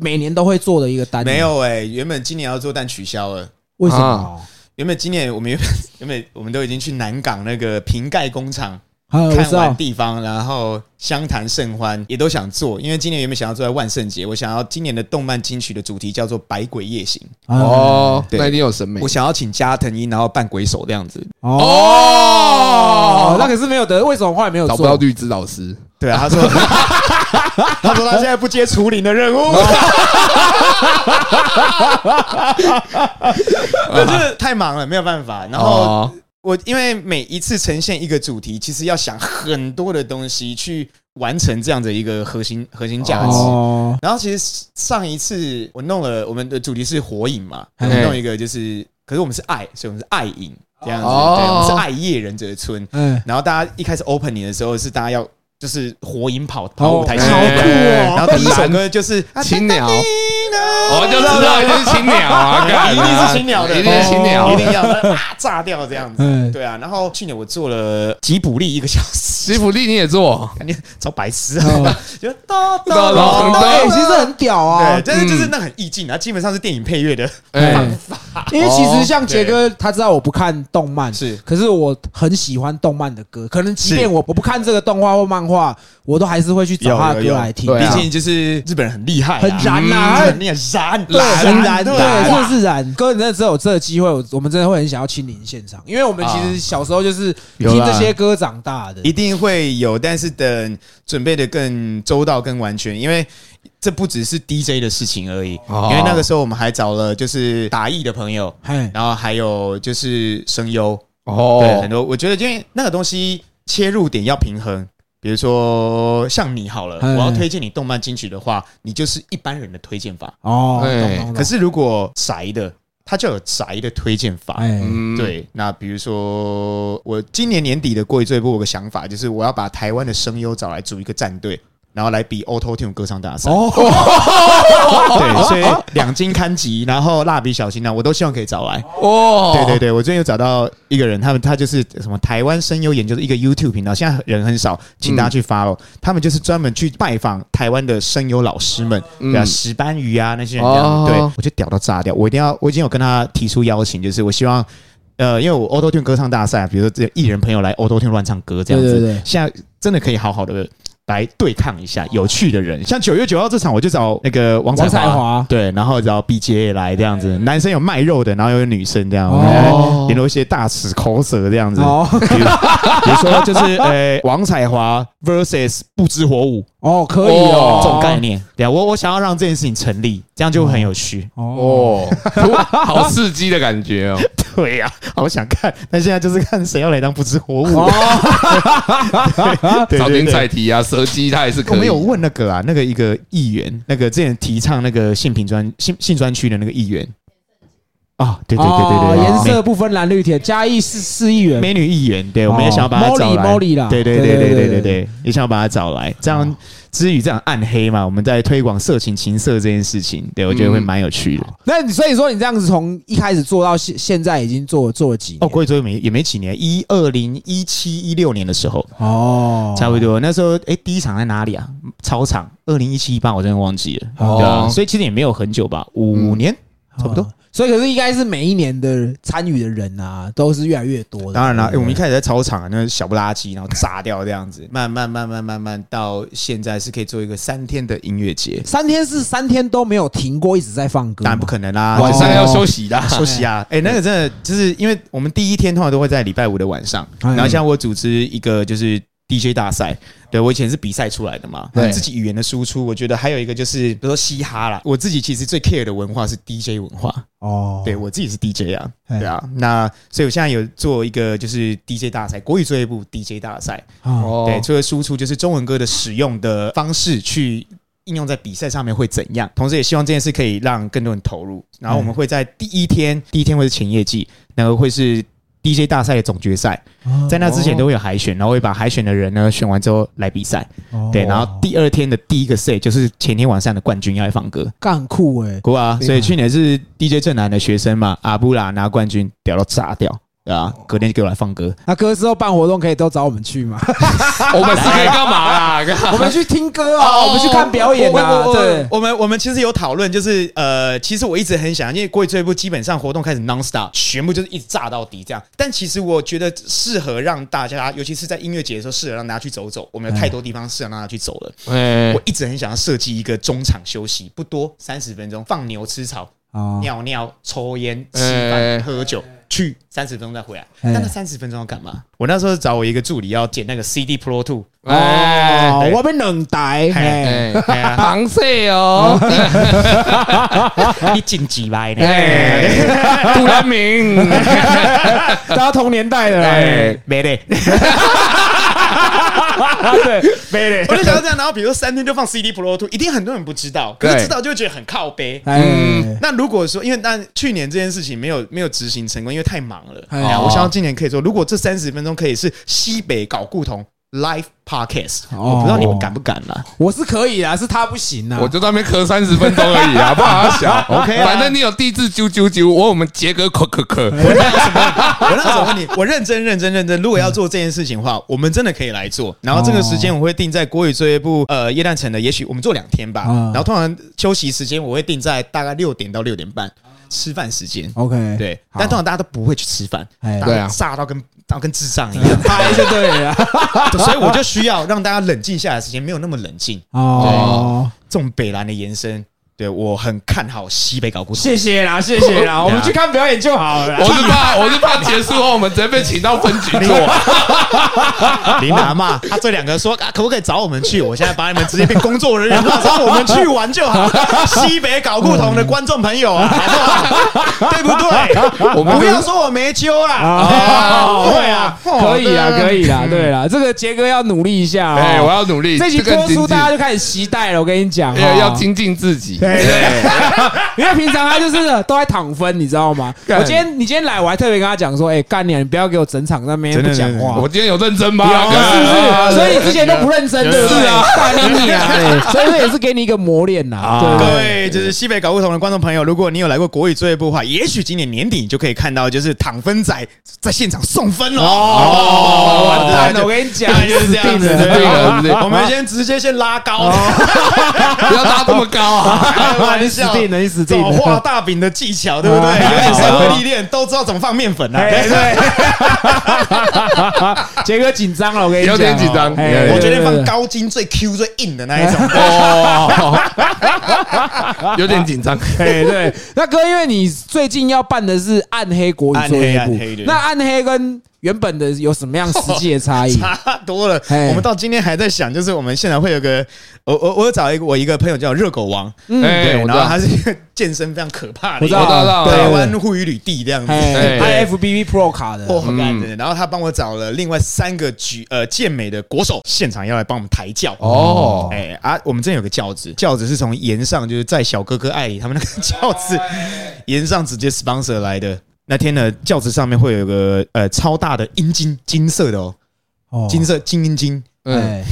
[SPEAKER 1] 每年都会做的一个单，
[SPEAKER 2] 没？有哎、原本今年要做，但取消了。
[SPEAKER 1] 为什
[SPEAKER 3] 啊
[SPEAKER 1] 么？
[SPEAKER 2] 原本今年我们原本原本我们都已经去南港那个瓶盖工厂
[SPEAKER 1] 啊，我
[SPEAKER 2] 看
[SPEAKER 1] 知
[SPEAKER 2] 完
[SPEAKER 1] 道，
[SPEAKER 2] 地方，然后相谈甚欢，也都想做。因为今年原本想要做在万圣节，我想要今年的动漫金曲的主题叫做《百鬼夜行
[SPEAKER 1] 哦
[SPEAKER 3] 哦，
[SPEAKER 2] 对
[SPEAKER 3] 那一定有审美》，
[SPEAKER 2] 我。想要请加藤鹰，然后扮鬼手这样子。
[SPEAKER 1] 哦，
[SPEAKER 3] 哦
[SPEAKER 1] 那可是没有得，为什么后来没有
[SPEAKER 3] 找
[SPEAKER 1] 做？
[SPEAKER 3] 不到律之老师，
[SPEAKER 2] 对啊，他 说， 他说他现在不接楚岭的任务，
[SPEAKER 3] 哦
[SPEAKER 2] 那就是太忙了，没有办法。然后
[SPEAKER 3] 哦
[SPEAKER 2] 我因为每一次呈现一个主题，其实要想很多的东西去完成这样的一个核心核心价值。
[SPEAKER 1] 哦，
[SPEAKER 2] 然后其实上一次我弄了我们的主题是火影嘛，我
[SPEAKER 3] 嘿
[SPEAKER 2] 们弄一个就是，可是我们是爱，所以我们是爱影这样子，
[SPEAKER 3] 哦
[SPEAKER 2] 对，我们是爱夜忍者村。
[SPEAKER 1] 嗯，
[SPEAKER 2] 然后大家一开始 opening 的时候是大家要就是火影跑跑
[SPEAKER 1] 哦
[SPEAKER 2] 舞台
[SPEAKER 1] 好
[SPEAKER 2] 戏，
[SPEAKER 1] 酷哦
[SPEAKER 2] 然后 第一首歌就是啊
[SPEAKER 3] 青鸟
[SPEAKER 2] 我
[SPEAKER 3] 我哦就 知道一定是青鸟啊，干
[SPEAKER 2] 一定是青鸟的，
[SPEAKER 3] 一定是青
[SPEAKER 2] 一
[SPEAKER 3] 鸟。
[SPEAKER 2] 定要啊炸掉这样子。
[SPEAKER 1] 嗯，
[SPEAKER 2] 对啊，然后去年我做了吉卜力一个小时
[SPEAKER 3] 吉，普力你也做，
[SPEAKER 2] 感觉超白痴
[SPEAKER 1] 哦
[SPEAKER 2] 啊，就哒哒
[SPEAKER 3] 哒
[SPEAKER 2] 哒哒，
[SPEAKER 3] 哒
[SPEAKER 1] 哎，其实很屌啊
[SPEAKER 2] 对，，但是就是那很意境啊，基本上是电影配乐的，
[SPEAKER 3] 哎，
[SPEAKER 1] 因为其实像杰哥，他知道我不看动漫，
[SPEAKER 2] 是
[SPEAKER 1] 可是我很喜欢动漫的歌，可能即便
[SPEAKER 2] 是
[SPEAKER 1] 我我不看这个动画或漫画，我都还是会去找他的
[SPEAKER 2] 有有
[SPEAKER 1] 歌
[SPEAKER 2] 有
[SPEAKER 1] 来听，
[SPEAKER 3] 对
[SPEAKER 2] 毕
[SPEAKER 3] 啊
[SPEAKER 2] 竟就是日本人很厉害啊，
[SPEAKER 1] 很燃呐，
[SPEAKER 2] 日
[SPEAKER 1] 他
[SPEAKER 2] 本人很燃，
[SPEAKER 1] 对，很燃，
[SPEAKER 2] 对啊
[SPEAKER 1] 对，真的是燃。哥，你真的只有这个机会，我我们真的会很想要亲临现场，因为我们其实小时候就是
[SPEAKER 3] 有
[SPEAKER 1] 听
[SPEAKER 3] 啦
[SPEAKER 1] 这些歌长大的。
[SPEAKER 2] 一定会有，但是等准备的更周到、更完全，因为这不只是 DJ 的事情而已。
[SPEAKER 3] 哦
[SPEAKER 2] 因为那个时候我们还找了就是打艺的朋友，
[SPEAKER 1] 嘿，
[SPEAKER 2] 然后还有就是声优，对，
[SPEAKER 3] 哦
[SPEAKER 2] 很，多。我觉得因为那个东西切入点要平衡。比如说像你好了，
[SPEAKER 1] 嗯
[SPEAKER 3] 哎
[SPEAKER 2] 我要推荐你动漫金曲的话，你就是一般人的推荐法。
[SPEAKER 1] 哦，
[SPEAKER 3] 哎
[SPEAKER 1] 懂懂懂
[SPEAKER 2] 可是如果宅的，他就有宅的推荐法。
[SPEAKER 1] 哎，
[SPEAKER 3] 嗯，
[SPEAKER 2] 对，那比如说我今年年底的过一最部，我有个想法就是我要把台湾的声优找来组一个战队，然后来比 Auto Tune 歌唱大赛。
[SPEAKER 1] 哦，
[SPEAKER 2] 对，所以两金刊集，然后蜡笔小新啊呢，我都希望可以找来。
[SPEAKER 3] 哦，
[SPEAKER 2] 对对对，我最近有找到一个人，他们他就是什么台湾声优研究的一个 YouTube 频道，现在人很少，请大家去
[SPEAKER 1] 嗯
[SPEAKER 2] follow。他们就是专门去拜访台湾的声优老师们，对啊，
[SPEAKER 3] 嗯
[SPEAKER 2] 石斑鱼啊那些人这样子，
[SPEAKER 3] 哦
[SPEAKER 2] 对我就屌到炸掉。我一定要，我已经有跟他提出邀请，就是我希望。呃，因为我 Auto Tune 歌唱大赛，比如说这艺人朋友来 Auto Tune 乱唱歌这样子，
[SPEAKER 1] 对对对
[SPEAKER 2] 现在真的可以好好的来对抗一下有趣的人。像九月九号这场，我就找那个王彩
[SPEAKER 1] 王彩华哎
[SPEAKER 2] 对，然后找 BJ 也来这样子，男生有卖肉的，然后有女生这样，
[SPEAKER 1] 哦
[SPEAKER 2] 我们来联络一些大使口舌这样子。
[SPEAKER 1] 哦，
[SPEAKER 2] 比如比如说就是呃，王彩华 versus 不知火舞
[SPEAKER 1] 哦，可以哦
[SPEAKER 3] 哦，
[SPEAKER 2] 这种概念，对啊，我我想要让这件事情成立，这样就很有趣。
[SPEAKER 1] 哦，
[SPEAKER 3] 哦，好刺激的感觉哦，
[SPEAKER 2] 对呀、好想看，但现在就是看谁要来当不知火
[SPEAKER 1] 哦
[SPEAKER 2] 舞。对
[SPEAKER 3] 找
[SPEAKER 2] 对
[SPEAKER 3] 点
[SPEAKER 2] 对
[SPEAKER 3] 彩题啊，蛇姬他也是
[SPEAKER 2] 我
[SPEAKER 3] 可
[SPEAKER 2] 们
[SPEAKER 3] 以
[SPEAKER 2] 有。问那个啊，那个一个议员，那个之前提倡那个性平专性性专区的那个议员啊，对对对对对，
[SPEAKER 1] 哦颜
[SPEAKER 2] 美
[SPEAKER 1] 色不分蓝绿铁，嘉义市市议员，
[SPEAKER 2] 美女议员，对，我们也
[SPEAKER 1] 哦
[SPEAKER 2] 想要把她找来
[SPEAKER 1] Molly，Molly 啦
[SPEAKER 2] 对对
[SPEAKER 1] 对对
[SPEAKER 2] 对对对
[SPEAKER 1] 对
[SPEAKER 2] 对对，哦也想要把她找来，这样至于这样暗黑嘛，我们在推广色情情色这件事情，对我觉得会蛮有趣的。
[SPEAKER 1] 那你所以说你这样子从一开始做到现现在已经做做了几
[SPEAKER 2] 哦，
[SPEAKER 1] 年
[SPEAKER 2] 过一周也没也没几年，一二零一七一六年的时候，
[SPEAKER 1] 哦，
[SPEAKER 2] 差不多那时候，哎，第一场在哪里啊？操场，二零一七一八，我真的忘记了。
[SPEAKER 3] 哦
[SPEAKER 2] 对啊，所以其实也没有很久吧，五年差不多
[SPEAKER 1] 哦。。所以可是应该是每一年的参与的人啊，都是越来越多的。
[SPEAKER 2] 当然啦，诶
[SPEAKER 1] 对
[SPEAKER 2] 我
[SPEAKER 1] 不对
[SPEAKER 2] 们一开始在操场啊，那小不拉几，然后炸掉这样子，慢慢慢慢慢慢到现在是可以做一个三天的音乐节，
[SPEAKER 1] 三天是三天都没有停过，一直在放歌吗。
[SPEAKER 2] 当然不可能啦，
[SPEAKER 3] 晚上
[SPEAKER 2] 就是
[SPEAKER 3] 要休息的 啊，
[SPEAKER 2] 休息啊！哎、那个真的就是因为我们第一天通常都会在礼拜五的晚上，
[SPEAKER 1] 哎
[SPEAKER 2] 然后像我组织一个就是 DJ 大赛，对我以前是比赛出来的嘛，
[SPEAKER 3] 对
[SPEAKER 2] 自己语言的输出，我觉得还有一个就是比如说嘻哈啦，我自己其实最 care 的文化是 DJ 文化，
[SPEAKER 1] 哦。
[SPEAKER 2] 对我自己是 DJ 啊，
[SPEAKER 1] 哎
[SPEAKER 2] 对啊，那所以我现在有做一个就是 DJ 大赛，国语作业部 DJ 大赛，
[SPEAKER 1] 哦
[SPEAKER 3] 哦
[SPEAKER 2] 对，除了输出就是中文歌的使用的方式去。应用在比赛上面会怎样？同时也希望这件事可以让更多人投入。然后我们会在第一天，第一天会是前夜季，然后会是 DJ 大赛的总决赛，在那之前都会有海选，然后会把海选的人呢选完之后来比赛。
[SPEAKER 1] 哦
[SPEAKER 2] 对，然后第二天的第一个 set 就是前天晚上的冠军要来放歌，
[SPEAKER 1] 干很酷哎，
[SPEAKER 2] 酷啊！
[SPEAKER 1] 厉害
[SPEAKER 2] 所以去年是 DJ 正南的学生嘛，阿布拉拿冠军，屌到炸掉，对啊，隔天就给我来放歌，
[SPEAKER 1] 那哥之后办活动可以都找我们去吗？
[SPEAKER 3] 我们是可以干嘛啦？
[SPEAKER 1] 我们去听歌啊，
[SPEAKER 3] 哦
[SPEAKER 1] 我们去看表演啊，
[SPEAKER 2] 我
[SPEAKER 1] 对。
[SPEAKER 2] 我们我们其实有讨论，就是呃，其实我一直很想，因为过这一部基本上活动开始 non stop，全部就是一直炸到底这样。但其实我觉得适合让大家，尤其是在音乐节的时候，适合让大家去走走。我们有太多地方适合让大家去走了。
[SPEAKER 3] 哎
[SPEAKER 1] 嗯
[SPEAKER 2] 我，一直很想要设计一个中场休息，不多三十分钟，放牛吃草、
[SPEAKER 1] 哦
[SPEAKER 2] 尿尿、抽烟、吃
[SPEAKER 3] 哎
[SPEAKER 2] 饭、喝酒，去三十分钟再回来。
[SPEAKER 1] 哎
[SPEAKER 2] 那那三十分钟要干嘛？我那时候找我一个助理要剪那个 CD Pro Two，
[SPEAKER 3] 哎，
[SPEAKER 1] 哦，我被冷呆，哎，
[SPEAKER 3] 哎，螃蟹哦，
[SPEAKER 1] 哎
[SPEAKER 2] 你紧几百呢？
[SPEAKER 3] 哎，杜兰明，
[SPEAKER 1] 大家同年代的啦，
[SPEAKER 3] 哎，
[SPEAKER 2] 没嘞，
[SPEAKER 1] 对，
[SPEAKER 2] 没嘞。 我就想到这样，然后比如说三天就放 CD Pro Two，一定很多人不知道，可
[SPEAKER 3] 对
[SPEAKER 2] 是知道就会觉得很靠背。
[SPEAKER 1] 哎，
[SPEAKER 2] 那如果说，因为那去年这件事情没有没有执行成功，因为太忙了。
[SPEAKER 1] 哎
[SPEAKER 2] 哎
[SPEAKER 1] 呀
[SPEAKER 2] 呀，我想到今年可以做，如果这三十分钟可以是西北搞故同 live podcast，、
[SPEAKER 1] 哦
[SPEAKER 2] 我不知道你们敢不敢啦。
[SPEAKER 1] 我是可以啊，是他不行啊
[SPEAKER 3] 我，就在那边咳三十分钟而已啊，不好小
[SPEAKER 2] OK 啊
[SPEAKER 3] 反正你有地质九九九，我我们杰哥咳咳咳，
[SPEAKER 2] 我那时候问你，我认真认真认真，如果要做这件事情的话，我们真的可以来做。然后这个时间我会定在国语作业部呃叶诞城的，也许我们做两天吧。
[SPEAKER 1] 嗯
[SPEAKER 2] 然后通常休息时间我会定在大概六点到六点半吃饭时间。
[SPEAKER 1] ，OK，
[SPEAKER 2] 对，
[SPEAKER 1] 好
[SPEAKER 2] 但通常大家都不会去吃饭，
[SPEAKER 1] 哎
[SPEAKER 2] 大
[SPEAKER 3] 对
[SPEAKER 2] 家
[SPEAKER 3] 啊
[SPEAKER 2] 炸到跟到跟智障一 样。哎
[SPEAKER 1] 拍就对了，
[SPEAKER 2] 所以我就需要让大家冷静下来的时间，没有那么冷静。
[SPEAKER 1] 哦，
[SPEAKER 2] 这种北蓝的延伸，对我很看好西北搞故事。
[SPEAKER 1] 谢谢 啦，谢谢啦，我们去看表演就好了啦。
[SPEAKER 3] 我是怕我是怕结束后我们直接被请到分局做，
[SPEAKER 2] 林达嘛，他这两个说啊，可不可以找我们去？我现在把你们直接变工作人员化，找我们去玩就好。西北搞不同的观众朋友啊，好不好？对不对？
[SPEAKER 3] 我们
[SPEAKER 2] 不要说我没揪啦。
[SPEAKER 1] 啊，对啊，
[SPEAKER 2] 哦
[SPEAKER 1] 可以啊，
[SPEAKER 2] 对
[SPEAKER 1] 可以啦，对啦，这个杰哥要努力一下
[SPEAKER 3] 哎，我
[SPEAKER 1] 哦。
[SPEAKER 3] 要努力，
[SPEAKER 1] 这集
[SPEAKER 3] 个
[SPEAKER 1] 播
[SPEAKER 3] 经
[SPEAKER 1] 出，
[SPEAKER 3] 济
[SPEAKER 1] 大家就开始期待了。我跟你讲，
[SPEAKER 3] 要
[SPEAKER 1] 哦
[SPEAKER 3] 哎要哎精进自己，
[SPEAKER 1] 对 对，因为平常他就是都在躺分，你知道吗？
[SPEAKER 3] 干
[SPEAKER 1] 我今天你今天来，我还特别跟他讲说，哎，干你啊，你不要给我整场在那边不讲话，
[SPEAKER 3] 我今天有认真吗？哎
[SPEAKER 1] 有啊
[SPEAKER 3] 干
[SPEAKER 1] 是不是？所以你之前都不认真，对不对？
[SPEAKER 2] 是啊
[SPEAKER 1] 干你啊！ 对所以这也是给你一个磨练
[SPEAKER 3] 啊
[SPEAKER 1] 呐，对
[SPEAKER 2] 各
[SPEAKER 1] 不对？
[SPEAKER 2] 位，就是西北搞不同的观众朋友，如果你有来过国语作业部的话，也许今年年底你就可以看到，就是躺分仔在现场送分了。
[SPEAKER 1] 哦，完蛋
[SPEAKER 2] 对
[SPEAKER 1] 了！我跟你讲
[SPEAKER 2] 大，概就是这样子，
[SPEAKER 1] 死定了哦
[SPEAKER 3] 死定了死定了
[SPEAKER 2] 我们先直接先拉高，
[SPEAKER 3] 不要拉这么高 啊！
[SPEAKER 2] 开玩笑
[SPEAKER 1] 你死定了你死定
[SPEAKER 2] 走
[SPEAKER 1] 了
[SPEAKER 2] 画大饼的技巧，对不对？
[SPEAKER 1] 啊
[SPEAKER 2] 有点社会历练，都知道怎么放面粉了。啊
[SPEAKER 1] 哎，对， 杰哥紧张了，我跟你讲，
[SPEAKER 3] 有点紧张
[SPEAKER 1] 哎
[SPEAKER 3] 有点
[SPEAKER 2] 我决定放
[SPEAKER 1] 对
[SPEAKER 2] 高筋最 Q 最硬的那一种。
[SPEAKER 3] 哦，有点紧张。
[SPEAKER 1] 对哎对，那哥，因为你最近要办的是暗黑国语作业
[SPEAKER 2] 暗
[SPEAKER 1] 部
[SPEAKER 2] 黑暗黑，对
[SPEAKER 1] 那暗黑跟原本的有什么样实际的差 异？
[SPEAKER 2] 差 多了
[SPEAKER 1] 哎。
[SPEAKER 2] 我们到今天还在想，就是我们现场会有个，我我我有找一个我一个朋友叫热狗王，
[SPEAKER 3] 哎，
[SPEAKER 2] 对，然
[SPEAKER 3] 我知
[SPEAKER 2] 后
[SPEAKER 3] 道
[SPEAKER 2] 他，是一个健身非常可怕的
[SPEAKER 1] 我
[SPEAKER 2] 一
[SPEAKER 1] 知
[SPEAKER 2] 个，
[SPEAKER 1] 道，
[SPEAKER 3] 我知道
[SPEAKER 2] 台
[SPEAKER 1] 嗯对
[SPEAKER 2] 湾护语履地这样子。
[SPEAKER 1] 哎，
[SPEAKER 3] 对
[SPEAKER 1] 拍 FBB Pro 卡的，
[SPEAKER 2] 我
[SPEAKER 3] 哦
[SPEAKER 2] 很感人，然后他帮我找了另外三个举呃健美的国手，现场要来帮我们抬轿
[SPEAKER 3] 哦
[SPEAKER 2] 哎啊，我们这有个轿子，轿子是从岩上就是在小哥哥爱你他们那个轿 子，岩上直接 sponsor 来的。那天呢，轿子上面会有个呃超大的阴茎，金色的哦，
[SPEAKER 1] 哦
[SPEAKER 2] 金色金阴茎，
[SPEAKER 3] 嗯，
[SPEAKER 1] 哎，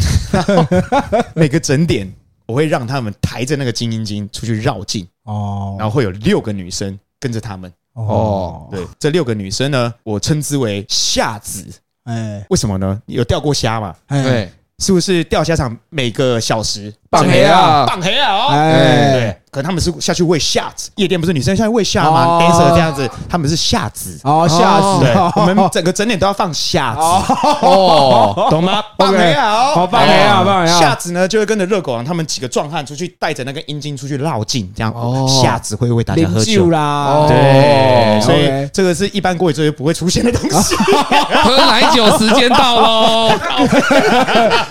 [SPEAKER 2] 每个整点我会让他们抬着那个金阴茎出去绕境，
[SPEAKER 1] 哦，
[SPEAKER 2] 然后会有六个女生跟着他们。
[SPEAKER 1] 哦，
[SPEAKER 2] 对，这六个女生呢，我称之为夏子，
[SPEAKER 1] 哎，
[SPEAKER 2] 为什么呢？有钓过虾嘛？
[SPEAKER 1] 哎，
[SPEAKER 3] 对，
[SPEAKER 2] 是不是钓虾场每个小时
[SPEAKER 1] 棒黑啊
[SPEAKER 2] 棒黑啊哦？
[SPEAKER 1] 哎
[SPEAKER 2] 对，可他们是下去喂虾子，夜店不是女生下去喂虾吗
[SPEAKER 1] 哦
[SPEAKER 2] ？dancer 这样子，他们是虾子。
[SPEAKER 1] 哦，吓死
[SPEAKER 2] 对
[SPEAKER 1] 了，，
[SPEAKER 2] 我们整个整点都要放虾子，
[SPEAKER 3] 哦，
[SPEAKER 2] 懂吗？棒
[SPEAKER 1] OK
[SPEAKER 2] 黑啊哦！
[SPEAKER 1] 好棒黑啊，棒黑
[SPEAKER 2] 夏
[SPEAKER 1] 啊，
[SPEAKER 2] 子呢就会跟着热狗王他们几个壮汉出去，带着那个阴茎出去绕境，这样
[SPEAKER 3] 哦
[SPEAKER 2] 夏子会为大家
[SPEAKER 1] 零
[SPEAKER 2] 喝
[SPEAKER 1] 酒
[SPEAKER 2] 酒。
[SPEAKER 1] 啦，
[SPEAKER 3] 哦
[SPEAKER 2] 对，所
[SPEAKER 1] OK
[SPEAKER 2] 以这个是一般过节作业不会出现的东 西。
[SPEAKER 3] 喝奶酒时间到喽。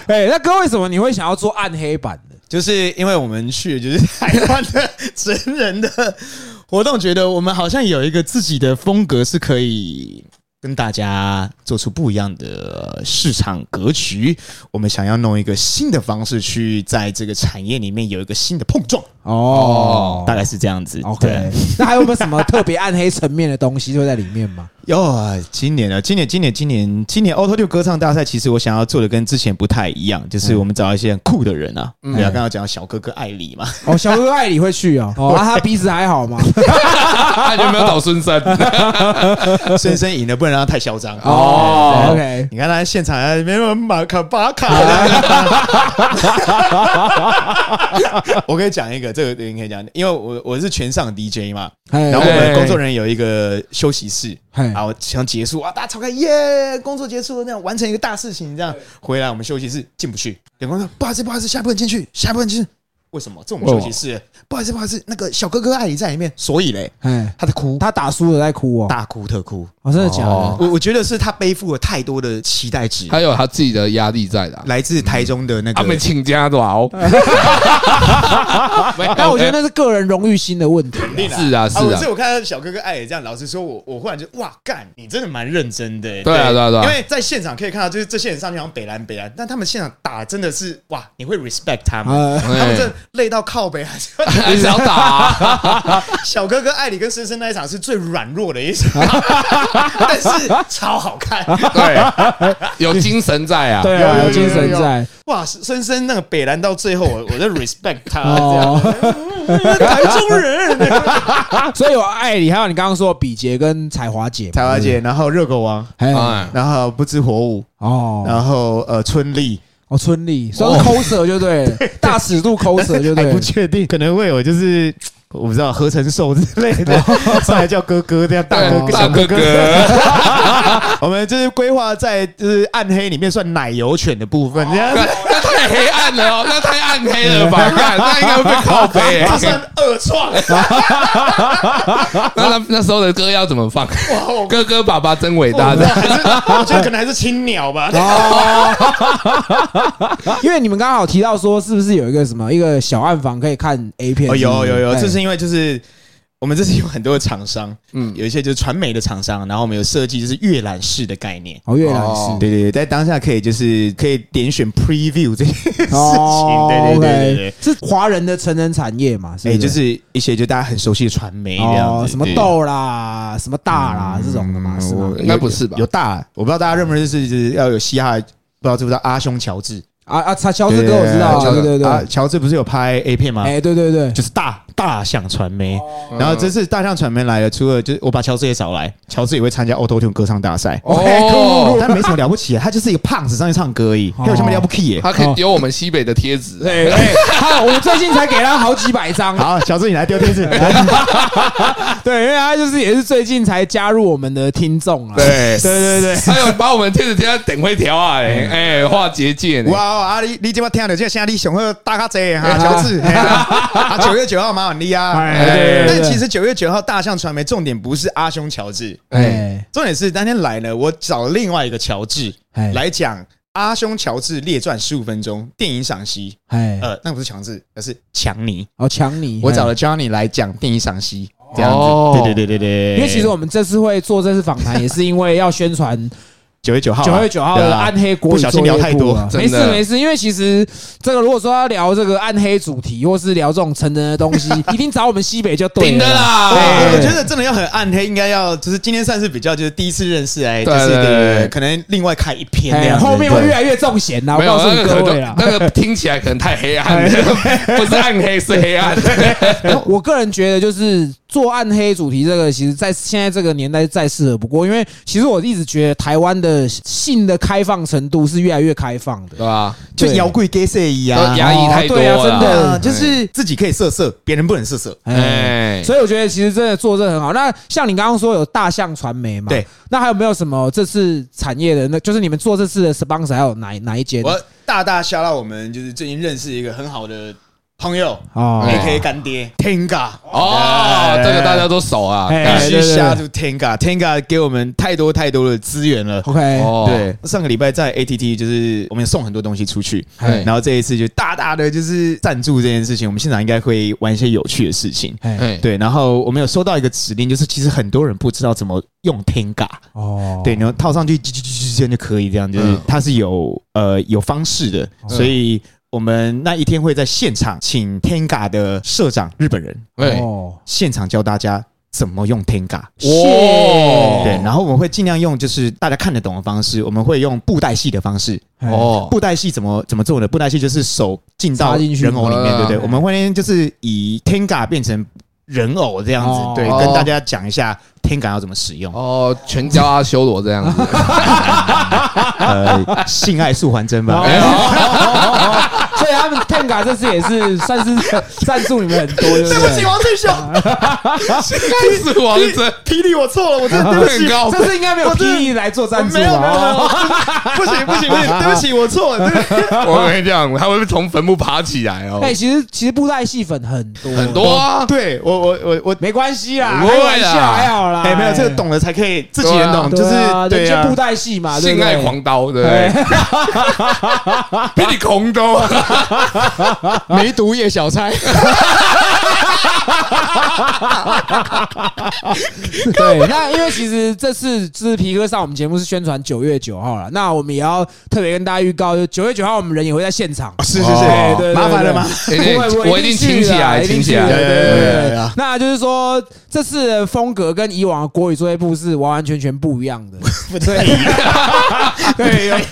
[SPEAKER 1] 哎，那哥为什么你会想要做暗黑版的？
[SPEAKER 2] 就是因为我们去就是台湾的真人的活动，觉得我们好像有一个自己的风格是可以。跟大家做出不一样的市场格局，我们想要弄一个新的方式去在这个产业里面有一个新的碰撞，
[SPEAKER 1] 哦
[SPEAKER 2] 大概是这样子。
[SPEAKER 1] OK，
[SPEAKER 2] 对
[SPEAKER 1] 那还有没有什么特别暗黑层面的东西会在里面吗？
[SPEAKER 2] 哟、今年啊，今年，今年，今年，今年 Auto 六歌唱大赛，其实我想要做的跟之前不太一样，就是我们找一些很酷的人啊，对啊，刚刚讲到小哥哥艾里嘛，
[SPEAKER 1] 哦，小哥哥爱你会去哦，哦，啊他鼻子还好吗？
[SPEAKER 3] 啊有没有找孙生？
[SPEAKER 2] 深深赢了，不能让他太嚣张
[SPEAKER 1] 哦
[SPEAKER 2] 对
[SPEAKER 1] ，OK
[SPEAKER 2] 你看他现场还没有马卡 巴卡的。我可以讲一个，这个你可以讲，因为我我是全上 DJ 嘛，
[SPEAKER 1] 哎
[SPEAKER 2] 然后我们工作人员有一个休息室，
[SPEAKER 1] 嘿
[SPEAKER 2] 然后想结束啊，大家超开耶，工作结束了，那样完成一个
[SPEAKER 1] 哎
[SPEAKER 2] 大事情，这样回来我们休息室进不去，员工说不好意思不好意思，下一步进去，下一步进去。为什么这我们休息
[SPEAKER 1] 哦
[SPEAKER 2] 室？不好意思，不好意思，那个小哥哥艾里在里面，所以嘞，
[SPEAKER 1] 哎，
[SPEAKER 2] 他在哭，他
[SPEAKER 1] 他打输了在哭哦，
[SPEAKER 2] 大哭特哭。
[SPEAKER 1] 哦，真的假
[SPEAKER 3] 哦
[SPEAKER 1] 的？
[SPEAKER 2] 我我觉得是他背负了太多的期待值，
[SPEAKER 3] 他有他自己的压力在的啊。
[SPEAKER 2] 来自台中的那
[SPEAKER 3] 他
[SPEAKER 2] 个
[SPEAKER 3] 们请家的 嗯啊哦，
[SPEAKER 1] 但我觉得那是个人荣誉心的问题。
[SPEAKER 2] 定啦
[SPEAKER 3] 是啊是啊
[SPEAKER 2] 我所以我看到小哥哥艾也这样，老实说我，我忽然就哇干，你真的蛮认真的欸、
[SPEAKER 3] 对啊对啊对啊
[SPEAKER 2] 因为在现场可以看到，就是这些人上去好像北蓝北蓝，但他们现场打真的是哇，你会 respect 他们，
[SPEAKER 1] 呃，
[SPEAKER 2] 他们真的累到靠北，还是要
[SPEAKER 3] 哎还是要打啊，
[SPEAKER 2] 小哥哥艾里跟深深那一场是最软弱的一场，但是超好看。
[SPEAKER 3] 对，有精神在啊。
[SPEAKER 1] 对啊，
[SPEAKER 2] 有有
[SPEAKER 1] 有精神在
[SPEAKER 2] 哇，深深那个北蓝到最后，我我在 respect 他这样。
[SPEAKER 1] 哦。
[SPEAKER 2] 台中人，
[SPEAKER 1] 所以有艾里，还有你刚刚说的比杰跟彩华姐嘛，
[SPEAKER 2] 彩华姐，然后热狗王，
[SPEAKER 1] 哎，
[SPEAKER 3] 哎，
[SPEAKER 2] 然后不知火舞，
[SPEAKER 1] 哦
[SPEAKER 2] 然后呃春丽，
[SPEAKER 1] 哦，春丽，算是抠舌就对 了，大尺度抠舌就
[SPEAKER 2] 还
[SPEAKER 1] 对
[SPEAKER 2] 不
[SPEAKER 1] 了。
[SPEAKER 2] 确定，可能会有就是。我不知道合成兽之类的，上来叫哥哥这样哦大哥
[SPEAKER 3] 对
[SPEAKER 2] 哥
[SPEAKER 3] 大
[SPEAKER 2] 小
[SPEAKER 3] 哥
[SPEAKER 2] 哥哥。
[SPEAKER 3] 哥，
[SPEAKER 2] 我们就是规划在就是暗黑里面算奶油犬的部分，这样子
[SPEAKER 3] 那太黑暗了哦，那太暗黑了 吧？看，那应该会被靠背
[SPEAKER 2] 这
[SPEAKER 3] 欸。
[SPEAKER 2] 算二 创。
[SPEAKER 3] 那那那时候的歌要怎么放？
[SPEAKER 2] 我
[SPEAKER 3] 哥哥爸爸真伟大
[SPEAKER 2] 我
[SPEAKER 3] 的。
[SPEAKER 2] 我觉得可能还是青鸟吧。
[SPEAKER 1] 哦因为你们刚好提到说，是不是有一个什么一个小暗房可以看 A 片？
[SPEAKER 2] 哦，有有有，
[SPEAKER 1] 哎
[SPEAKER 2] 这是因为就是我们这次有很多的厂商，
[SPEAKER 3] 嗯
[SPEAKER 2] 嗯，有一些就是传媒的厂商，然后我们有设计就是阅览室的概念。
[SPEAKER 1] 哦，阅览
[SPEAKER 3] 哦
[SPEAKER 1] 室
[SPEAKER 2] 对对对，在当下可以就是可以点选 preview 这件事情，
[SPEAKER 1] 哦
[SPEAKER 2] 对对对对
[SPEAKER 1] OK
[SPEAKER 2] 对
[SPEAKER 1] 是华人的成人产业嘛？
[SPEAKER 2] 对，
[SPEAKER 1] 不
[SPEAKER 2] 哎，就是一些就大家很熟悉的传媒这样
[SPEAKER 1] 哦，
[SPEAKER 2] 子，
[SPEAKER 1] 什么
[SPEAKER 2] 对嗯
[SPEAKER 1] 豆啦，什么大
[SPEAKER 2] 啊
[SPEAKER 1] 啦这种的嘛，是吗
[SPEAKER 2] 我？
[SPEAKER 3] 应该不是吧
[SPEAKER 2] 有大，我不知道大家认不认识，就是要有嘻哈，不知道知不知道阿兄乔治？
[SPEAKER 1] 啊啊，乔乔治哥我知道，
[SPEAKER 2] 乔
[SPEAKER 1] 对对
[SPEAKER 2] 啊
[SPEAKER 1] 对，
[SPEAKER 2] 乔治不是有拍 A 片吗？
[SPEAKER 1] 哎，哦对对对，
[SPEAKER 2] 就是大大象传媒，然后这次大象传媒来了，除了就是我把乔治也找来，乔治也会参加 Auto Tune 歌唱大赛，
[SPEAKER 3] 哦
[SPEAKER 2] 但 没什么了不起，他就是一个胖子上去唱歌而已，
[SPEAKER 1] 哦
[SPEAKER 2] 没有什么了不起耶。
[SPEAKER 3] 他可以丢我们西北的贴
[SPEAKER 2] 哦
[SPEAKER 3] 纸。
[SPEAKER 1] 对， 哎，他我最近才给他好几百张， 啊
[SPEAKER 2] 好，乔治你来 丢贴纸，
[SPEAKER 1] 对，因为他就是也是最近才加入我们的听众啊，
[SPEAKER 3] 对
[SPEAKER 1] 对对对，
[SPEAKER 3] 还有哎把我们贴纸贴在等会条啊，哎哎，画结界呢。
[SPEAKER 2] 哇啊！你你今晚听到这现在你想要大咖贼哈，乔治，嘿啊 啊九月九号麻烦你啊。
[SPEAKER 1] 哎，对，对
[SPEAKER 2] 但其实九月九号大象传媒重点不是阿兄乔治，
[SPEAKER 3] 哎，
[SPEAKER 1] 哎
[SPEAKER 2] 重点是当天来呢，我找另外一个乔治
[SPEAKER 1] 哎
[SPEAKER 2] 来讲《阿兄乔治列传》十五分钟电影赏析。
[SPEAKER 1] 哎，
[SPEAKER 2] 呃，那不是乔治，而是强尼。
[SPEAKER 1] 好强你，
[SPEAKER 2] 我
[SPEAKER 1] 哎
[SPEAKER 2] 找了 Johnny 来讲电影赏析，这样子。
[SPEAKER 3] 哦
[SPEAKER 2] 对对对对对。
[SPEAKER 1] 因为其实我们这次会做这次访谈，也是因为要宣传
[SPEAKER 2] 九月九号啊，
[SPEAKER 1] 九月九号
[SPEAKER 2] 对
[SPEAKER 1] 的
[SPEAKER 2] 啊
[SPEAKER 1] 暗黑国
[SPEAKER 2] 不
[SPEAKER 1] 语
[SPEAKER 2] 小
[SPEAKER 1] 作
[SPEAKER 2] 心
[SPEAKER 1] 业
[SPEAKER 2] 聊太
[SPEAKER 1] 部
[SPEAKER 2] 多
[SPEAKER 1] 啊。
[SPEAKER 3] 真
[SPEAKER 1] 没
[SPEAKER 3] 的
[SPEAKER 1] 事没事，因为其实这个如果说要聊这个暗黑主题，或是聊这种成人的东西，一定找我们西北就对
[SPEAKER 3] 顶的
[SPEAKER 1] 了啦。
[SPEAKER 3] 啦。哎
[SPEAKER 2] 我我
[SPEAKER 1] 对
[SPEAKER 2] 觉得真的要很暗黑，应该要就是今天算是比较就是第一次认识哎，就
[SPEAKER 3] 对
[SPEAKER 2] 是
[SPEAKER 3] 对
[SPEAKER 2] 对
[SPEAKER 3] 对
[SPEAKER 2] 对
[SPEAKER 3] 对
[SPEAKER 2] 对，可能另外开一篇那
[SPEAKER 1] 哎，
[SPEAKER 2] 样子。
[SPEAKER 1] 后面会
[SPEAKER 2] 对
[SPEAKER 1] 越来越重险啦，我
[SPEAKER 3] 没有
[SPEAKER 1] 告诉
[SPEAKER 3] 那个可
[SPEAKER 1] 各位
[SPEAKER 3] 能
[SPEAKER 2] 啊
[SPEAKER 1] 啦。
[SPEAKER 3] 那个听起来可能太黑暗
[SPEAKER 2] 哎
[SPEAKER 3] 了， 不是暗黑是黑暗。
[SPEAKER 1] 我个人觉得，就是做暗黑主题这个，其实在现在这个年代再适合不过，因为其实我一直觉得台湾的性的开放程度是越来越开放的。
[SPEAKER 3] 对吧？
[SPEAKER 2] 就
[SPEAKER 1] 对
[SPEAKER 2] 摇柜 gay 色一
[SPEAKER 3] 都
[SPEAKER 2] 样，
[SPEAKER 3] 压抑太多
[SPEAKER 1] 哦
[SPEAKER 3] 了
[SPEAKER 1] 对啊真的
[SPEAKER 2] 啊就是自己可以色色，别人不能色色。
[SPEAKER 1] 哎，
[SPEAKER 3] 哎，
[SPEAKER 1] 所以我觉得其实真的做这很好。那像你刚刚说有大象传媒嘛，
[SPEAKER 2] 对，
[SPEAKER 1] 那还有没有什么这次产业的？那就是你们做这次的 sponsor 还有哪哪一间？
[SPEAKER 2] 我大大笑到我们就是最近认识一个很好的朋友
[SPEAKER 1] 哦
[SPEAKER 3] 哎
[SPEAKER 2] ，A.K. 干爹 Tenga。
[SPEAKER 3] 哦，
[SPEAKER 2] 哎
[SPEAKER 3] 这个大家都熟啊。
[SPEAKER 1] 哎
[SPEAKER 2] 必
[SPEAKER 1] 哎
[SPEAKER 2] 须下住 Tenga，Tenga 给我们太多太多的资源了。
[SPEAKER 1] ，OK，
[SPEAKER 3] 哦，
[SPEAKER 2] 对，上个礼拜在 ATT 就是我们送很多东西出去，
[SPEAKER 3] 哎
[SPEAKER 2] 然后这一次就大大的就是赞助这件事情，我们现场应该会玩一些有趣的事情。
[SPEAKER 1] 哎，
[SPEAKER 3] 哎，
[SPEAKER 2] 对，然后我们有收到一个指令，就是其实很多人不知道怎么用 Tenga，
[SPEAKER 1] 哦，
[SPEAKER 2] 对，然后套上去，叽叽叽叽这样就可以，这样就是
[SPEAKER 3] 嗯
[SPEAKER 2] 它是有呃有方式的，所以我们那一天会在现场请 Tenga 的社长日本人
[SPEAKER 3] 哎，
[SPEAKER 1] 哦，
[SPEAKER 2] 现场教大家怎么用 Tenga。
[SPEAKER 3] 哇，
[SPEAKER 1] 哦
[SPEAKER 2] 对，然后我们会尽量用就是大家看得懂的方式，我们会用布袋戏的方式。
[SPEAKER 3] 哦，
[SPEAKER 2] 布袋戏怎么怎么做呢？布袋戏就是手进到
[SPEAKER 1] 插进去
[SPEAKER 2] 人偶里面，
[SPEAKER 3] 啊
[SPEAKER 2] 对不对？我们会就是以 Tenga 变成人偶这样子，
[SPEAKER 1] 哦
[SPEAKER 2] 对，
[SPEAKER 3] 哦
[SPEAKER 2] 跟大家讲一下 Tenga 要怎么使用。
[SPEAKER 3] 哦，全教阿修罗这样子，
[SPEAKER 2] 呃，性爱素还真吧。
[SPEAKER 3] 哎呦
[SPEAKER 1] 哦 所以他们 Tenga 这次也是算是赞助你们很多，对
[SPEAKER 2] 对
[SPEAKER 1] 不
[SPEAKER 2] 不起，
[SPEAKER 1] 对？
[SPEAKER 2] 王振雄，
[SPEAKER 3] 开始王者
[SPEAKER 2] 霹雳我错了，我真的对不起
[SPEAKER 3] 很，高
[SPEAKER 1] 这次应该没有
[SPEAKER 2] 我真的
[SPEAKER 1] PE 来做
[SPEAKER 2] 我
[SPEAKER 1] 赞助啊
[SPEAKER 2] 没有没有，没
[SPEAKER 1] 吧？
[SPEAKER 2] 有不行 不行不 行，对不起，我错了，对不起
[SPEAKER 3] 我跟你讲，他会从坟墓爬起来哦，
[SPEAKER 1] 哎，其实其实布袋戏粉很多
[SPEAKER 3] 很多啊，
[SPEAKER 2] 哦对我我我我，
[SPEAKER 1] 没关系啦，
[SPEAKER 3] 不
[SPEAKER 1] 开
[SPEAKER 3] 会啦
[SPEAKER 1] 玩笑还好啦。
[SPEAKER 2] 哎，没有这个懂了才可以自己
[SPEAKER 3] 对
[SPEAKER 2] 人
[SPEAKER 3] 啊
[SPEAKER 1] 哎，
[SPEAKER 2] 懂，就是
[SPEAKER 1] 对
[SPEAKER 2] 对
[SPEAKER 1] 啊，就布
[SPEAKER 2] 啊，
[SPEAKER 1] 袋戏嘛，对不
[SPEAKER 3] 性
[SPEAKER 1] 对
[SPEAKER 3] 爱狂刀，对不
[SPEAKER 1] 哎
[SPEAKER 3] 对？比你 狂刀，
[SPEAKER 2] 梅毒叶小 钗，
[SPEAKER 1] 对，那因为其实这次就是皮哥上我们节目是宣传九月九号了，那我们也要特别跟大家预告，就九月九号我们人也会在现场。哎
[SPEAKER 2] 是是
[SPEAKER 3] 哦
[SPEAKER 2] 是，
[SPEAKER 1] 对
[SPEAKER 2] 麻烦 了吗？
[SPEAKER 1] 不会不会
[SPEAKER 3] 我一定请起来，
[SPEAKER 1] 一
[SPEAKER 3] 请
[SPEAKER 1] 定
[SPEAKER 3] 起
[SPEAKER 1] 去的对
[SPEAKER 3] 来。
[SPEAKER 1] 对对对
[SPEAKER 2] 对
[SPEAKER 1] 对
[SPEAKER 2] 对对
[SPEAKER 1] 那就是说，这次的风格跟以往的国语作业部是完完全全不一样的。
[SPEAKER 2] 对，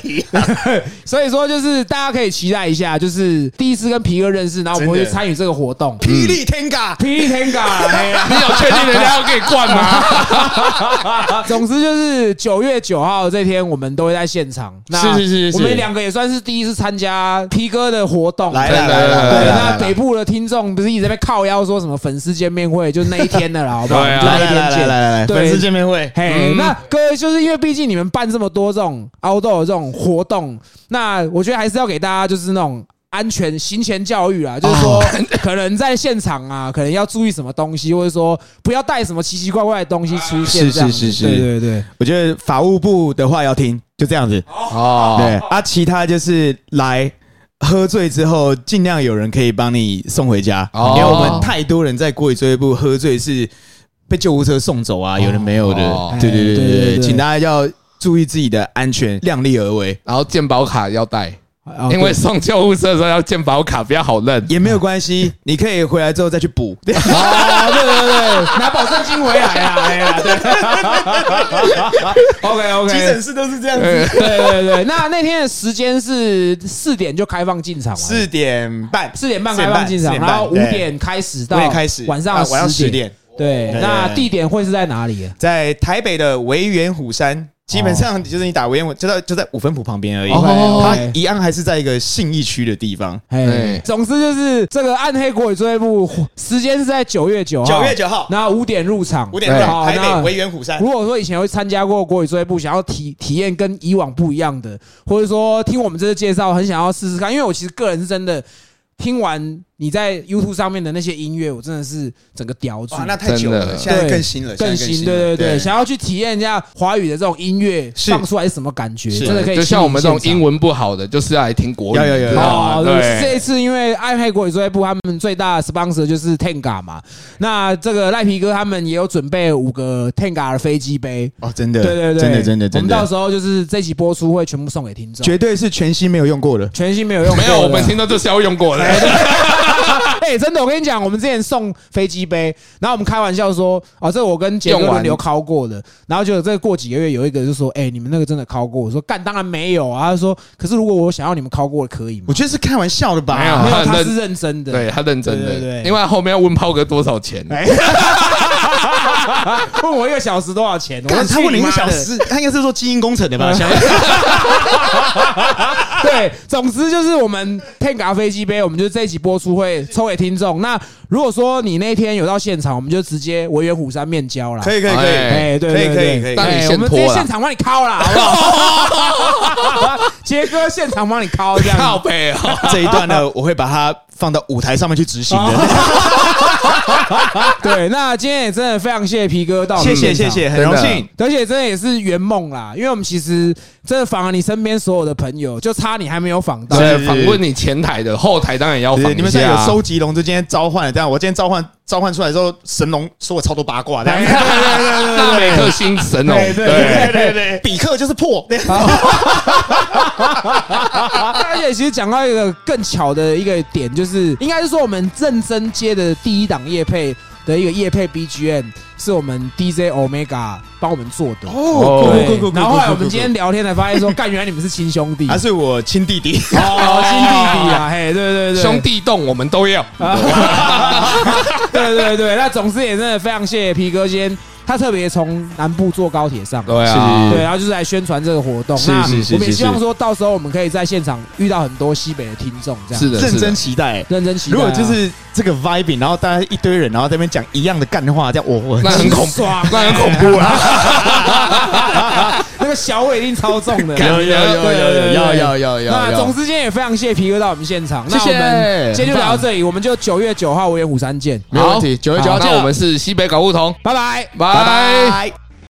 [SPEAKER 1] 所以说，就是大家可以期待一下，就是第一次跟皮哥认识，然后我们会去参与这个活动。
[SPEAKER 2] 霹雳天嘎，
[SPEAKER 1] 霹雳天嘎，
[SPEAKER 3] 你有确定人家要给你灌吗？
[SPEAKER 1] 总之就是九月九号这天，我们都会在现场。那
[SPEAKER 2] 是是是是
[SPEAKER 1] 我们两个也算是第一次参加皮哥的活动。
[SPEAKER 2] 来来
[SPEAKER 3] 了
[SPEAKER 2] 来
[SPEAKER 3] 来
[SPEAKER 2] 来
[SPEAKER 3] 了
[SPEAKER 1] 对，
[SPEAKER 2] 来，
[SPEAKER 1] 那北部的听众不是一直在那边靠腰说什么粉丝见面会，就那一天的啦，好不好？
[SPEAKER 3] 对啊
[SPEAKER 1] 就那
[SPEAKER 2] 来
[SPEAKER 1] 一
[SPEAKER 2] 来来
[SPEAKER 1] 天
[SPEAKER 2] 来
[SPEAKER 1] 见。
[SPEAKER 2] 来来，
[SPEAKER 1] 对
[SPEAKER 2] 粉丝见面会，
[SPEAKER 1] 嘿，
[SPEAKER 3] 嗯
[SPEAKER 1] 那各位就是因为毕竟你们办这么多这种 outdoor 这种活动，那我觉得还是要给大家就是那种安全行前教育啦，
[SPEAKER 2] 哦
[SPEAKER 1] 就是说可能在现场啊，可能要注意什么东西，或者说不要带什么奇奇怪怪的东西出现。
[SPEAKER 2] 是
[SPEAKER 1] 这样
[SPEAKER 2] 是是是
[SPEAKER 1] 对对对，
[SPEAKER 2] 我觉得法务部的话要听，就这样子。
[SPEAKER 3] 哦，
[SPEAKER 2] 对啊，其他就是来喝醉之后，尽量有人可以帮你送回家，
[SPEAKER 3] 哦
[SPEAKER 2] 因为我们太多人在过于追部喝醉是被救护车送走啊，有人没有
[SPEAKER 3] 哦
[SPEAKER 2] 的。对
[SPEAKER 1] 哎对
[SPEAKER 2] 对对对
[SPEAKER 1] 对对
[SPEAKER 2] 对，请大家要注意自己的安全，量力而为。
[SPEAKER 3] 然后健保卡要带，
[SPEAKER 1] 哦
[SPEAKER 3] 因为送救护车的时候要健保卡，比较好认。
[SPEAKER 2] 也没有关系，你可以回来之后再去补。对
[SPEAKER 1] 哦，对对对，拿保证金回来啊！哎呀， 对，OK
[SPEAKER 2] 急诊
[SPEAKER 1] OK，
[SPEAKER 2] 室都是这样子，
[SPEAKER 1] 对对对，那那天的时间是四点就开放进场嘛？
[SPEAKER 2] 四点半，
[SPEAKER 1] 四点半开放进场，
[SPEAKER 2] 4:30
[SPEAKER 1] 然后五
[SPEAKER 2] 对
[SPEAKER 1] 点开始
[SPEAKER 2] 我也
[SPEAKER 1] 到
[SPEAKER 2] 开始
[SPEAKER 1] 晚上
[SPEAKER 2] 啊晚上
[SPEAKER 1] 10
[SPEAKER 2] 10点。
[SPEAKER 1] 对，
[SPEAKER 2] 对
[SPEAKER 1] 那
[SPEAKER 2] 对对
[SPEAKER 1] 地点会是在哪里？
[SPEAKER 2] 在台北的维园虎山，基本上就是你打维园虎，就在就在五分埔旁边而已。
[SPEAKER 3] 哦
[SPEAKER 2] 它一样还是在一个信义区的地方。
[SPEAKER 1] 哎
[SPEAKER 3] 对，
[SPEAKER 1] 总之就是这个《暗黑国语追部时间是在九月九号，
[SPEAKER 2] 九月九号
[SPEAKER 1] 哦那五点入场，
[SPEAKER 2] 五点半，
[SPEAKER 1] 好
[SPEAKER 2] 台
[SPEAKER 1] 那
[SPEAKER 2] 北维园虎山
[SPEAKER 1] 如。果说以前会参加过国语追部，想要体体验跟以往不一样的，或者说听我们这次介绍，很想要试试看，因为我其实个人是真的听完你在 YouTube 上面的那些音乐，我真的是整个叼住
[SPEAKER 2] 哇，，那太久
[SPEAKER 3] 真
[SPEAKER 2] 了，
[SPEAKER 3] 的
[SPEAKER 2] 现在更新了，
[SPEAKER 1] 更
[SPEAKER 2] 现在
[SPEAKER 1] 新，
[SPEAKER 2] 了
[SPEAKER 1] 对对对，想要去体验一下华语的这种音乐
[SPEAKER 2] 是
[SPEAKER 1] 放出来是什么感觉，
[SPEAKER 2] 是
[SPEAKER 1] 真的可以
[SPEAKER 3] 就像我们这种英
[SPEAKER 1] 文。
[SPEAKER 3] 文不好的，就是要来听国语。
[SPEAKER 2] 有有有
[SPEAKER 3] 知道吗
[SPEAKER 1] 哦，对，这
[SPEAKER 3] 对
[SPEAKER 1] 一次因为爱黑国语作业部他们最大的 sponsor 就是 Tenga 嘛，那这个赖皮哥他们也有准备五个 Tenga 的飞机杯，
[SPEAKER 2] 哦，真的，
[SPEAKER 1] 对对对，
[SPEAKER 2] 真的真的
[SPEAKER 1] 我
[SPEAKER 2] 真
[SPEAKER 1] 们到
[SPEAKER 2] 的，
[SPEAKER 1] 时候就是这集播出会全部送给听众，
[SPEAKER 2] 绝对是全新没有用过的。
[SPEAKER 1] 全新没有用过
[SPEAKER 3] 没
[SPEAKER 1] 的，
[SPEAKER 3] 有，我们听到这是要用过的。
[SPEAKER 1] 哎、真的，我跟你讲，我们之前送飞机杯，然后我们开玩笑说，哦，这我跟杰哥
[SPEAKER 3] 用完
[SPEAKER 1] 轮流敲过的，然后就这过几个月有一个就说，哎、你们那个真的敲过？我说干，当然没有啊。他说，可是如果我想要你们敲过的，可以吗
[SPEAKER 2] 我？觉得是开玩笑的吧？
[SPEAKER 3] 没有
[SPEAKER 1] 没有，
[SPEAKER 3] 很
[SPEAKER 1] 他
[SPEAKER 3] 认
[SPEAKER 1] 是认真的。
[SPEAKER 3] 对他认真
[SPEAKER 1] 对哎对
[SPEAKER 3] 的，
[SPEAKER 1] 对
[SPEAKER 3] 因为他后面要问炮哥多少钱。
[SPEAKER 2] 哎
[SPEAKER 1] 问我一个小时多少钱？我说
[SPEAKER 2] 干他问你一个小。
[SPEAKER 1] 去妈的哎
[SPEAKER 2] 时，他应该是做基因工程的吧？想
[SPEAKER 1] 对，总之就是我们 Tenga 飞机杯，我们就这一集播出会抽给听众。那如果说你那天有到现场，我们就直接维园虎山面交啦。
[SPEAKER 2] 可以可以可
[SPEAKER 3] 哎
[SPEAKER 2] 以，
[SPEAKER 1] 哎，对对
[SPEAKER 2] 可以
[SPEAKER 1] 对
[SPEAKER 2] 可以可以
[SPEAKER 3] 但你
[SPEAKER 1] 哎
[SPEAKER 3] 先
[SPEAKER 1] 我们直
[SPEAKER 3] 脱
[SPEAKER 1] 接
[SPEAKER 3] 啦
[SPEAKER 1] 现场帮你敲啦，好不好？ 杰哥现场帮你敲这
[SPEAKER 3] 靠
[SPEAKER 1] 样。
[SPEAKER 3] 北哦，
[SPEAKER 2] 这一段呢，我会把它放到舞台上面去执行的。
[SPEAKER 1] 对，那今天也真的非常谢谢皮哥到我
[SPEAKER 2] 谢
[SPEAKER 1] 们
[SPEAKER 2] 谢
[SPEAKER 1] 现
[SPEAKER 2] 谢
[SPEAKER 1] 场
[SPEAKER 2] 谢，很荣
[SPEAKER 3] 真
[SPEAKER 2] 幸
[SPEAKER 3] 的。
[SPEAKER 1] 而且真的也是圆梦啦，因为我们其实真的访了你身边所有的朋友，就差你还没有访到。
[SPEAKER 3] 对，访问你前台的，后台当然也要访
[SPEAKER 2] 对，
[SPEAKER 3] 一
[SPEAKER 2] 你们现在
[SPEAKER 3] 下
[SPEAKER 2] 有
[SPEAKER 3] 啊。
[SPEAKER 2] 收集龙之间召唤的，这样我今天召唤召唤出来之后，神龙说我超多八 卦的。
[SPEAKER 1] 对对对对
[SPEAKER 3] 纳美克星神龙，
[SPEAKER 1] 对对
[SPEAKER 3] 对，
[SPEAKER 2] 对对，比克就是破。对
[SPEAKER 1] 而且其实讲到一个更巧的一个点，就是应该是说我们认真接的第一档业配的一个业配 BGM，是我们 DJ Omega 帮我们做的。
[SPEAKER 3] 哦
[SPEAKER 1] 对
[SPEAKER 2] 酷酷酷酷
[SPEAKER 1] 然后后来我们
[SPEAKER 2] 酷酷
[SPEAKER 1] 今天聊天才发现说，干，原来你们是亲兄弟，
[SPEAKER 2] 他是啊我亲弟弟，
[SPEAKER 1] 哦，亲弟弟啊，嘿，对对对，
[SPEAKER 3] 兄弟洞我们都要。
[SPEAKER 1] 啊对对对，那总之也真的非常谢谢皮哥今天他特别从南部坐高铁上来。
[SPEAKER 3] 对啊，
[SPEAKER 2] 是
[SPEAKER 1] 对，然后就是来宣传这个活动。
[SPEAKER 2] 嗯是
[SPEAKER 1] 那
[SPEAKER 2] 是是
[SPEAKER 1] 我们也
[SPEAKER 2] 是
[SPEAKER 1] 希望说到时候我们可以在现场遇到很多西北的听众，这样
[SPEAKER 3] 是的，
[SPEAKER 2] 认
[SPEAKER 3] 是的
[SPEAKER 2] 真。期待。
[SPEAKER 1] 认真期待
[SPEAKER 2] 如
[SPEAKER 1] 啊。
[SPEAKER 2] 果就是这个 vibing，然后大家一堆人，然后在那边讲一样的干话，这样我我
[SPEAKER 3] 那很恐怖，
[SPEAKER 1] 爽
[SPEAKER 3] 那很恐怖啊！
[SPEAKER 1] 那个小尾一定超重的。
[SPEAKER 3] 有有
[SPEAKER 1] 对对对对
[SPEAKER 2] 要要要要
[SPEAKER 1] 那
[SPEAKER 2] 要
[SPEAKER 1] 总之今天也非常谢谢皮哥到我们现场，那
[SPEAKER 2] 谢谢
[SPEAKER 1] 我们今天就聊到
[SPEAKER 2] 很棒
[SPEAKER 1] 这里，我们就九月九号维园虎山见，
[SPEAKER 2] 没有问题，九月九
[SPEAKER 3] 好
[SPEAKER 2] 号见
[SPEAKER 3] 那我们是西北搞不同，
[SPEAKER 1] 拜拜。
[SPEAKER 3] 拜拜。
[SPEAKER 2] 拜。